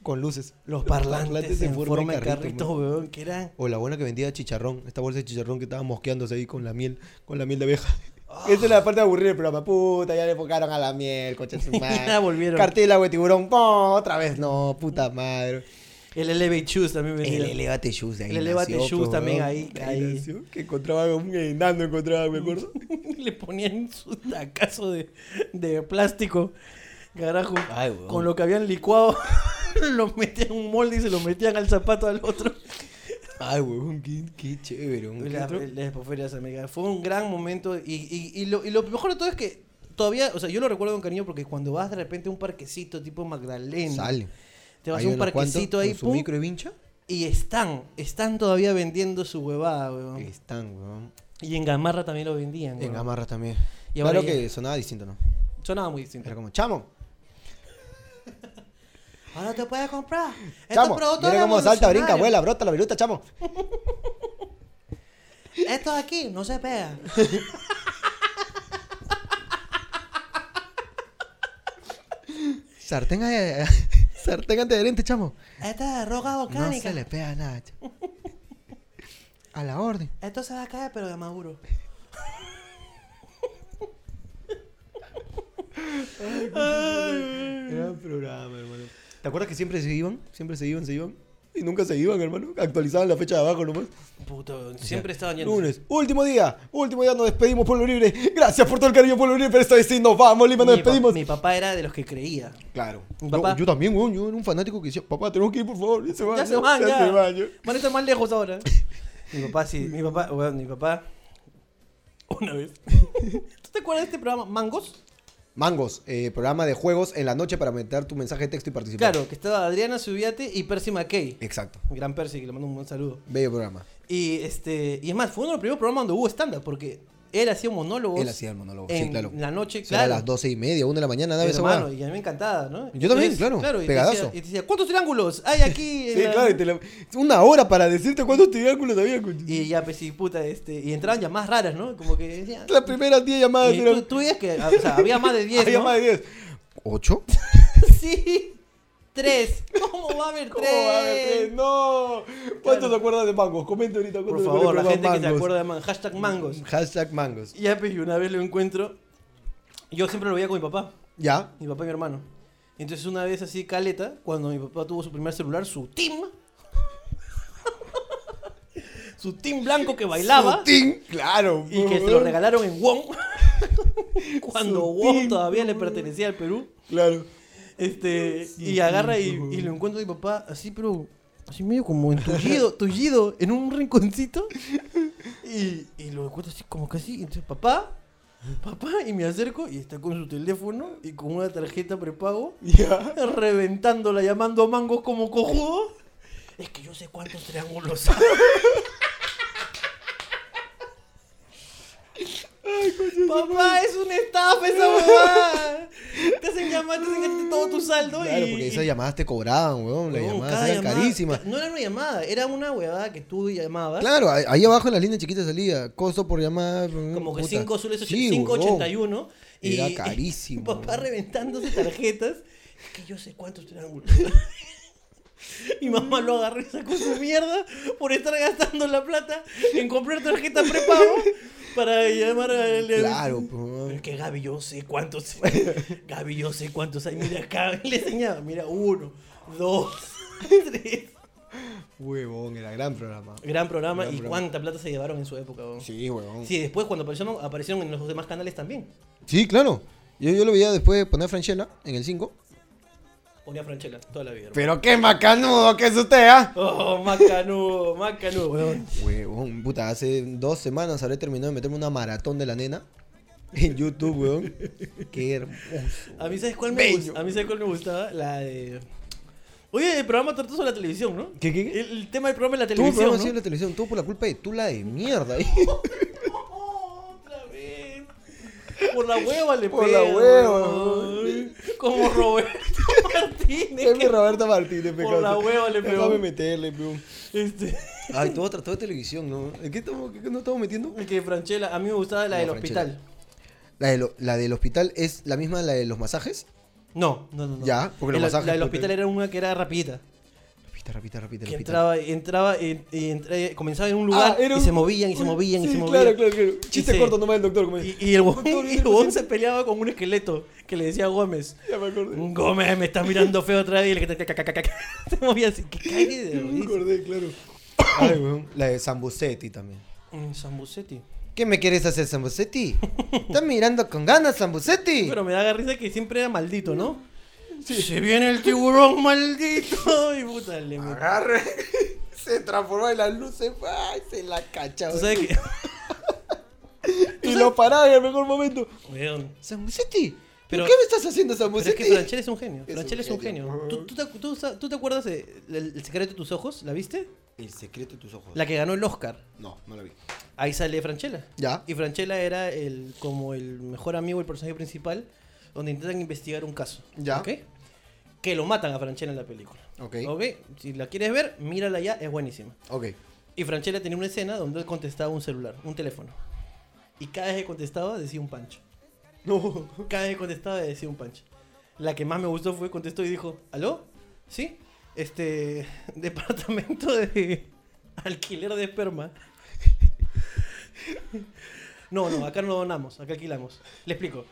Con luces. Los Parlantes en forma de carrito, man. weón, que eran. O la buena que vendía chicharrón, esta bolsa de chicharrón que estaba mosqueándose ahí con la miel, con la miel de abeja. Ah. Esa es la parte aburrida del programa. Puta, ya le enfocaron a la miel, coche su madre. Ya volvieron. Cartela, güey, tiburón. po, otra vez, no, puta madre. El Elevate Shoes también venía. El elevate shoes de ahí. Pues El Elevate nació, Shoes pues, también huevón. ahí. Ahí ahí. nació, Que encontraba un enano, encontraba, me acuerdo. Le ponían su tacazo de, de plástico. Carajo. Ay, weón. Con lo que habían licuado, lo metían en un molde y se lo metían al zapato al otro. Ay, huevón, qué, qué chévere. huevón, qué La, otro- la Expoferia San Miguel. Fue un gran momento. Y, y- y lo, y lo mejor de todo es que todavía, o sea, yo lo recuerdo con cariño porque cuando vas de repente a un parquecito tipo Magdalena, Sale. te vas Ahí a un unos cuantos parquecito ahí, Con su pum, micro y vincha. y están, están todavía vendiendo su huevada, weón. Están, huevón. Y en Gamarra también lo vendían. En weón. amarras también. Y ahora claro ya- que sonaba distinto, ¿no? Sonaba muy distinto. Era como, chamo. Ahora te puedes comprar. Chamo, Estos productos mira cómo salta, brinca, revolucionarios. vuela, brota la viruta, chamo. Esto de aquí no se pega. Sartén, eh, sartén antiadherente, chamo. Esta Este es de roca No volcánica. se le pega nada. chamo. A la orden. Esto se va a caer, pero de maduro. Gran programa, hermano. Mm. ¿Te acuerdas que siempre se iban? Siempre se iban, se iban. Y nunca se iban, hermano. Actualizaban la fecha de abajo nomás. Puto, siempre estaban yendo. Lunes, último día, último día, nos despedimos, Pueblo Libre. Gracias por todo el cariño, Pueblo Libre, pero esta vez sí nos vamos, Lima, nos Mi, pa- despedimos. mi papá era de los que creía. Claro. Mi Yo- papá. Yo, también, weón. Yo era un fanático que decía, papá, tenemos que ir, por favor. Ya se van, ya se van, ya. se van, ya. Van a estar más lejos ahora. ¿eh? mi papá, sí. Mi papá, weón, mi papá. Una vez. ¿Tú te acuerdas de este programa? ¿Mangos? Mangos, eh, programa de juegos en la noche para meter tu mensaje de texto y participar. Claro, que estaba Adriana Subiate y Percy McKay. Exacto. Gran Percy, que le mando un buen saludo. Bello programa. Y este y es más, fue uno de los primeros programas donde hubo stand-up, porque él hacía monólogos. Él hacía el monólogo, sí, en claro. la noche, Será claro. a las doce y media, una de la mañana, dame esa Hermano, hueá. y a mí me encantaba, ¿no? Yo también, Entonces, claro, y te pegadazo. decía- Y te decía, ¿cuántos triángulos hay aquí? Sí, en la- claro, y te la- una hora para decirte cuántos triángulos había. coño. Y ya, pues sí, puta, este, y entraban llamadas raras, ¿no? Como que decían... Las primeras 10 llamadas y tú, eran- tú veías que, o sea, había más de 10, había ¿no? más de 10. ¿Ocho? Sí, 3. ¿Cómo va a haber 3? ¿Cómo va a haber tres? ¡No! ¿Cuántos se acuerdan de mangos? Comente ahorita. Por cuántos se favor, la acuerdan del gente que se programa acuerda de man- hashtag mangos. Mangos. Hashtag mangos. Ya, pues, y una vez lo encuentro, yo siempre lo veía con mi papá. Ya. mi papá y mi hermano. Entonces una vez así, Caleta, cuando mi papá tuvo su primer celular, su team, su team blanco que bailaba Sutín, claro. y que se lo weón. regalaron en Wong, cuando Su Wong team, todavía le pertenecía al Perú, Claro. este, y agarra y, y lo encuentra mi papá así, pero así medio como entullido, tullido, en un rinconcito, y, y lo encuentro así como casi, entonces papá, papá, y me acerco y está con su teléfono y con una tarjeta prepago Ya. reventándola, llamando a mangos como cojudo. Es que yo sé cuántos triángulos hay. Papá, es una estafa esa huevada. Te hacen llamar, te hacen gastarte todo tu saldo Claro, y. porque esas llamadas te cobraban, weón. Las Huevón, llamadas cada eran llamada- carísimas. No era una llamada, era una huevada que tú llamabas. Claro, ahí- ahí abajo en la línea chiquita salía costo por llamada. Como que puta. 5 soles, ocho- Sí, 5.81. y- Era y carísimo, Papá huevón. reventándose tarjetas. Es que yo sé cuántos triángulos. Mi mamá lo agarró y sacó su mierda por estar gastando la plata en comprar tarjeta prepago para llamar al. Claro, pues, Pero es weón. que Gaby, yo sé cuántos. Gaby, yo sé cuántos hay. Mira acá, le enseñaba. Mira, uno, dos, tres. Huevón, era gran programa. Gran programa. Gran ¿Y programa. cuánta plata se llevaron en su época? weón. Sí, huevón. Sí, después cuando aparecieron, aparecieron en los demás canales también. Sí, claro. Yo, yo lo veía después de poner Franchella en el 5. Ponía Franchella toda la vida. hermano. Pero qué macanudo que es usted, ¿ah? Oh, macanudo, macanudo, weón. Huevón, puta, hace dos semanas habré terminado de meterme una maratón de la nena en YouTube, weón. Qué hermoso. A mí, ¿sabes cuál me Bello. gustaba? A mí, ¿sabes cuál me gustaba? La de... Oye, el programa trató sobre la televisión, ¿no? ¿Qué, qué, qué? El, el tema del programa de la Todo el televisión, programa ha ¿no? sido en la televisión, todo por la culpa de Tula de mierda. Otra vez. Por la hueva le Por pega. la hueva, weón. Como Roberto Martínez. Dame Roberto Martínez, Por pecado. la hueva le pegó. Déjame meterle, peón. Este, Ay, todo tratado de televisión, ¿no? ¿En qué, estamos, qué nos estamos metiendo? que Franchella, a mí me gustaba la del Franchella. hospital. La, de lo- la del hospital es la misma la de los masajes. No, no, no. no. Ya, porque los la, masajes, la del pues, hospital te- era una que era rapidita. Repita, repita, repita. Que repita. entraba, entraba, en- y entra- eh, comenzaba en un Ah, lugar era y un- se movían y se Uy, movían y sí, se movían. Claro, claro, claro. Chiste se- corto nomás el doctor. como Y, y el huevón y el huevón se peleaba con un esqueleto que le decía a Gómez. Ya me acordé. Gómez, me estás mirando feo otra vez. Y el que se movía así. Que cague de Me risa. acordé, claro. Ay, weón. La de Sambucetti también. Mm, Sambucetti. ¿Qué me quieres hacer, Sambucetti? Estás mirando con ganas, Sambucetti. Pero me da risa que siempre era maldito, ¿no? Sí. Se viene el tiburón maldito. Y puta, le met- Agarre. Se transformó en las luces. Ay, se la cacha, ¿Tú weón. sabes qué? Y lo paraba en el mejor momento. Weón. Sambucetti. Pero- ¿Por qué me estás haciendo, Pues Pero es Sambucetti? que Franchella es un genio. Es un Franchella es un genio. genio. ¿Tú, tú te, acu- tú sa- tú te acuerdas de El el secreto de tus ojos? ¿La viste? El secreto de tus ojos. La que ganó el Oscar. No, no la vi. Ahí sale Franchella. Ya. Y Franchella era el, como el mejor amigo, el personaje principal, donde intentan investigar un caso. Ya. ¿Ok? Que lo matan a Franchella en la película. Ok. ¿Ok? Si la quieres ver, mírala ya, es buenísima. Ok. Y Franchella tenía una escena donde él contestaba un celular, un teléfono. Y cada vez que contestaba decía un pancho. No. Cada vez que contestaba decía un pancho. La que más me gustó fue contestó y dijo, ¿aló? ¿Sí? Este, departamento de alquiler de esperma. No, no, acá no donamos, acá alquilamos. Le explico.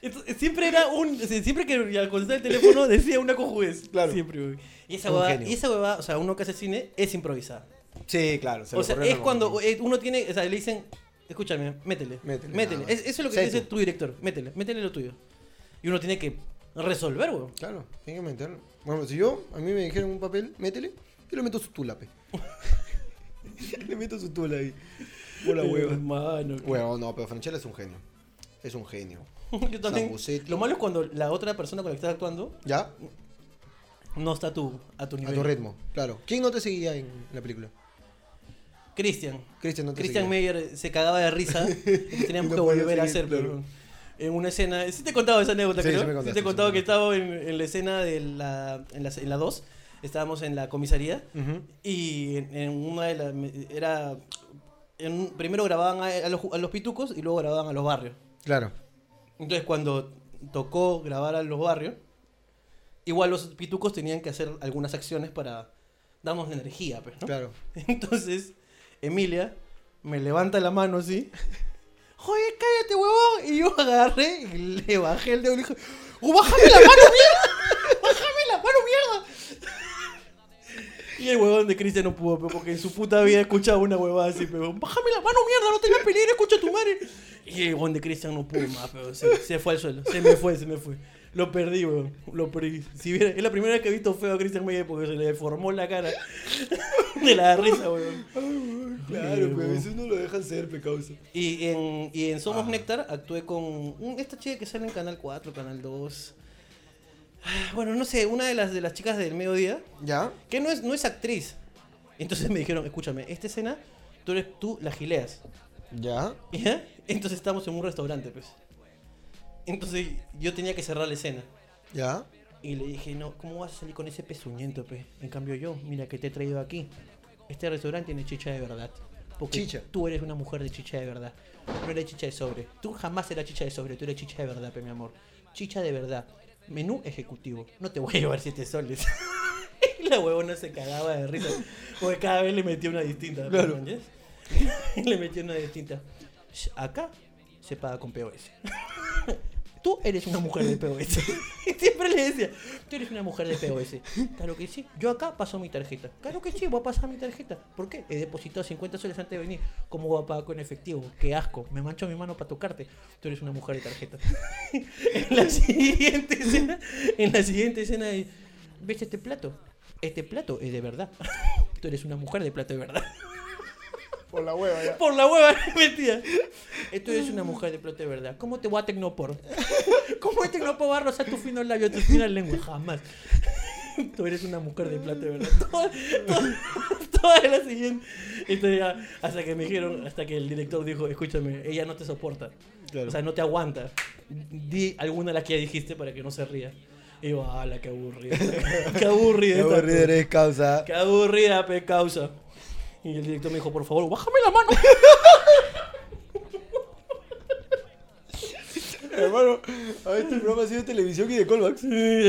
Entonces, siempre era un. o sea, Siempre que al contestar el teléfono decía una cojudez. Claro. Siempre, güey. Y esa Un huevada, genio. y esa huevada, o sea, uno que hace cine es improvisada. Sí, claro. se le O sea, ocurrió en es el cuando momento. eh, uno tiene, o sea, le dicen, escúchame, métele. Métele. Métele, nada Es- más. eso es lo que Sé dice tú. tu director, métele, métele lo tuyo. Y uno tiene que resolver, weón. Claro, tiene que meterlo. Bueno, si yo, a mí me dijeron un papel, métele, yo le meto su tula, pe. le meto su tula ahí. Por la hueva. Eh, Mano, qué- Bueno, no, pero Franchella es un genio. Es un genio. Yo también. Zambucetti. Lo malo es cuando la otra persona con la que estás actuando ¿Ya? no está a tu, a tu A nivel. tu ritmo, claro. ¿Quién no te seguía en la película? Cristian. Christian no te Christian seguía. Meyer eh, se cagaba de risa. y teníamos No que podía volver a seguir, hacer, claro. pero En una escena. eh, Sí te he contado esa anécdota, Sí, creo. sí me Sí contaste, te he sí contado me que estaba en, en la escena de la. En la 2. En la dos, estábamos en la comisaría. Y en, en una de las. Era. en- primero grababan a, a los, ju- a los pitucos y luego grababan a los barrios. Claro. Entonces, cuando tocó grabar a los barrios, igual los pitucos tenían que hacer algunas acciones para darnos energía, pues, ¿no? Claro. Entonces, Emilia me levanta la mano así. Oye, cállate, huevón. Y yo agarré y le bajé el dedo y le dije, ¡Oh, bájame la mano, mierda! ¡Bájame la mano, mierda! Y el huevón de Cristian no pudo, pe, porque en su puta vida escuchaba una huevada así, pero bájame la mano, mierda, no tengas peligro, escucha a tu madre. Y el huevón de Cristian no pudo más, pero se, se fue al suelo, se me fue, se me fue. Lo perdí, huevón, lo perdí. Si viera, es la primera vez que he visto feo a Cristian Meyer porque se le deformó la cara de la risa, huevón. Claro, pero pero a a veces veces no lo dejan ser, Ah. pecausa. Y en, y en Somos Néctar actué con un- esta chica que sale en Canal 4, Canal 2. Ah, Bueno, no sé, una de las, de las chicas del mediodía, ¿Ya? que no es, no es actriz. Entonces me dijeron, escúchame, esta escena, tú, eres, tú la gileas. ¿Ya? ¿Ya? Entonces estamos en un restaurante, pues. Entonces yo tenía que cerrar la escena. ¿Ya? Y le dije, no, ¿cómo vas a salir con ese pezuñento, pues? En cambio yo, mira que te he traído aquí. Este restaurante tiene chicha de verdad. Porque Chicha. tú eres una mujer de chicha de verdad. No eres chicha de sobre. Tú jamás eras chicha de sobre, tú eres chicha de verdad, pe, mi amor. Chicha de verdad. Menú ejecutivo. No te voy a llevar siete soles. y la huevona se cagaba de risa. Porque cada vez le metía una distinta. Claro. ¿me entiendes? le metía una distinta. Sh- Acá se paga con POS tú eres una mujer de POS. Y Siempre le decía, tú eres una mujer de POS. Claro que sí, yo acá paso mi tarjeta. Claro que sí, voy a pasar mi tarjeta. ¿Por qué? He depositado 50 soles antes de venir. ¿Cómo voy a pagar con efectivo? Qué asco, me mancho mi mano para tocarte. Tú eres una mujer de tarjeta. en la siguiente escena, en la siguiente escena de, ¿ves este plato? Este plato es de verdad. Tú eres una mujer de plato de verdad. Por la hueva, ya. Por la hueva, mentira. Esto es una mujer de plata de verdad. ¿Cómo te voy a tecnopor? ¿Cómo el tecnopor va a rozar tu fino labio, tu fina lengua? Jamás. Tú eres una mujer de plata de verdad. Todo- todo- Todas, toda la siguiente. Entonces ya, hasta que me dijeron, hasta que el director dijo, escúchame, ella no te soporta. O sea, no te aguanta. Di alguna de las que ya dijiste para que no se ría. Y yo, ala, qué aburrida. qué aburrida. Qué esta, aburrido pe. eres, causa. Qué aburrida, pe causa. Y el director me dijo, por favor, bájame la mano. Hermano, a ver, este programa ha sido de televisión y de callbacks.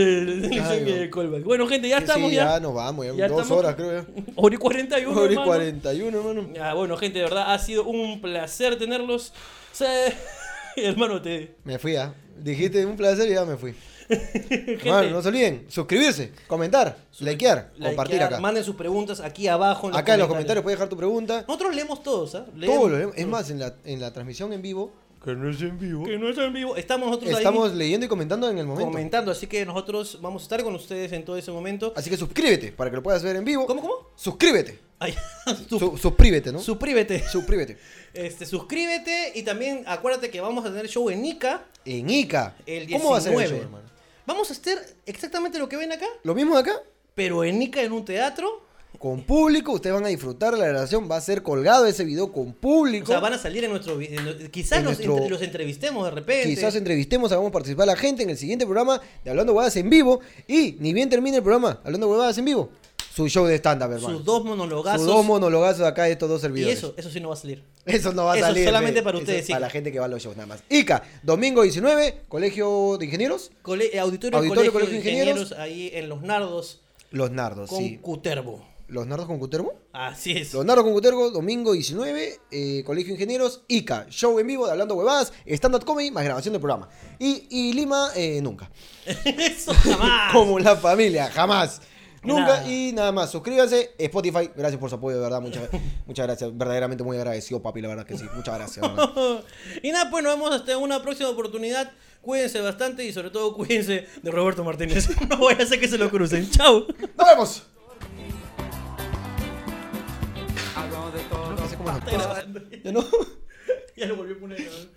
Dicen que callback. bueno, gente, ya estamos sí, ya. ya. nos vamos, ya, Ya dos estamos. horas creo ya. Hora y 41. Hora y hermano. 41, hermano. Ah, bueno, gente, de verdad, ha sido un placer tenerlos. Se- Hermano, te. Me fui, ah. Dijiste un placer y ya me fui. Gente, Hermano, no se olviden, suscribirse, comentar, likear, likear, compartir acá. Manden sus preguntas aquí abajo. En los acá en los comentarios puedes dejar tu pregunta. Nosotros leemos todos, ¿ah? Leemos. Todo lo leemos. Es más, en la, en la transmisión en vivo, que no es en vivo, Que no es en vivo. Estamos nosotros estamos ahí leyendo y comentando en el momento. comentando, así que nosotros vamos a estar con ustedes en todo ese momento. Así que suscríbete para que lo puedas ver en vivo. ¿Cómo, cómo? Suscríbete. Ay, su- Su- suscríbete, ¿no? Suscríbete. suscríbete. Este, suscríbete y también acuérdate que vamos a tener show en Ica En Ica. el 19. ¿Cómo va a ser el show, hermano? Vamos a hacer exactamente lo que ven acá, Lo mismo de acá, pero en Ica en un teatro. con público. Ustedes van a disfrutar la grabación. Va a ser colgado ese video con público. O sea, van a salir en nuestro vi- en- Quizás En los, nuestro- entre- los entrevistemos de repente. Quizás entrevistemos, hagamos participar a la gente en el siguiente programa de Hablando Huevadas en vivo. Y ni bien termine el programa, Hablando Huevadas en vivo, su show de stand-up, hermano. sus dos monologazos. Sus dos monologazos acá de estos dos y servidores. eso, eso sí no va a salir. Eso no va a Eso salir. solamente pe. para Eso ustedes, es sí. Para la gente que va a los shows nada más. Ica, domingo 19, Colegio de Ingenieros, Cole- eh, auditorio del Colegio, Auditorio Colegio de de Ingenieros, ahí en Los Nardos Los Nardos, con sí. Cuterbo. Los Nardos con Cuterbo. Así es. Leonardo Concutergo, domingo 19, eh, Colegio Ingenieros, ICA, show en vivo de Hablando Huevadas, stand-up comedy, más grabación del programa. Y, y Lima, eh, nunca. eso jamás. Como la familia, jamás. Nunca Nada. y nada más. Suscríbanse, Spotify, gracias por su apoyo, de verdad, muchas, muchas gracias. Verdaderamente muy agradecido, papi, la verdad que sí. Muchas gracias, de verdad. y nada, pues nos vemos hasta una próxima oportunidad. Cuídense bastante y sobre todo cuídense de Roberto Martínez. No voy a hacer que se lo crucen. Chao. ¡Nos vemos! Hago de todo. No sé cómo nos- Ya no. Ya lo volví a poner a grabar.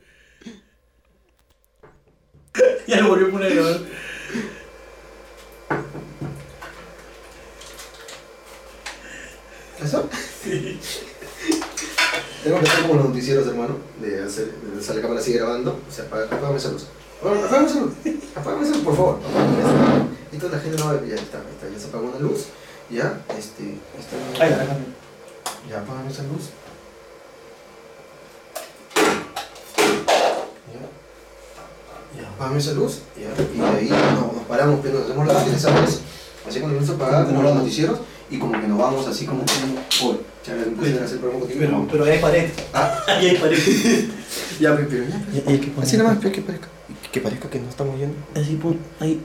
Ya lo volví a poner a grabar. ¿Eso? Tengo que hacer como los noticieros, hermano. De hacer, de hacer la cámara sigue grabando. O sea, apaga, apágame esa luz. Bueno, apágame esa luz. Apágame esa luz, por favor. Apágame esa luz. Entonces la gente no va a ver. Ya está, ahí está, ya se apagó una luz. Ya, este. Está, Ya, apágame esa luz. Ya. Ya, apágame esa luz. Ya. Y de ahí no, nos paramos, pero hacemos la luz esa vez. Así con la luz apagada, como los noticieros. Y como que nos vamos así como que. Por, ya, empiezan a hacer programa contigo. Pero hay pared. Ah. Ahí hay pared. Ya, pe- pero ya. pe- Así nada más, pe, que parezca. Que parezca que no estamos viendo. Así, pon. Ahí.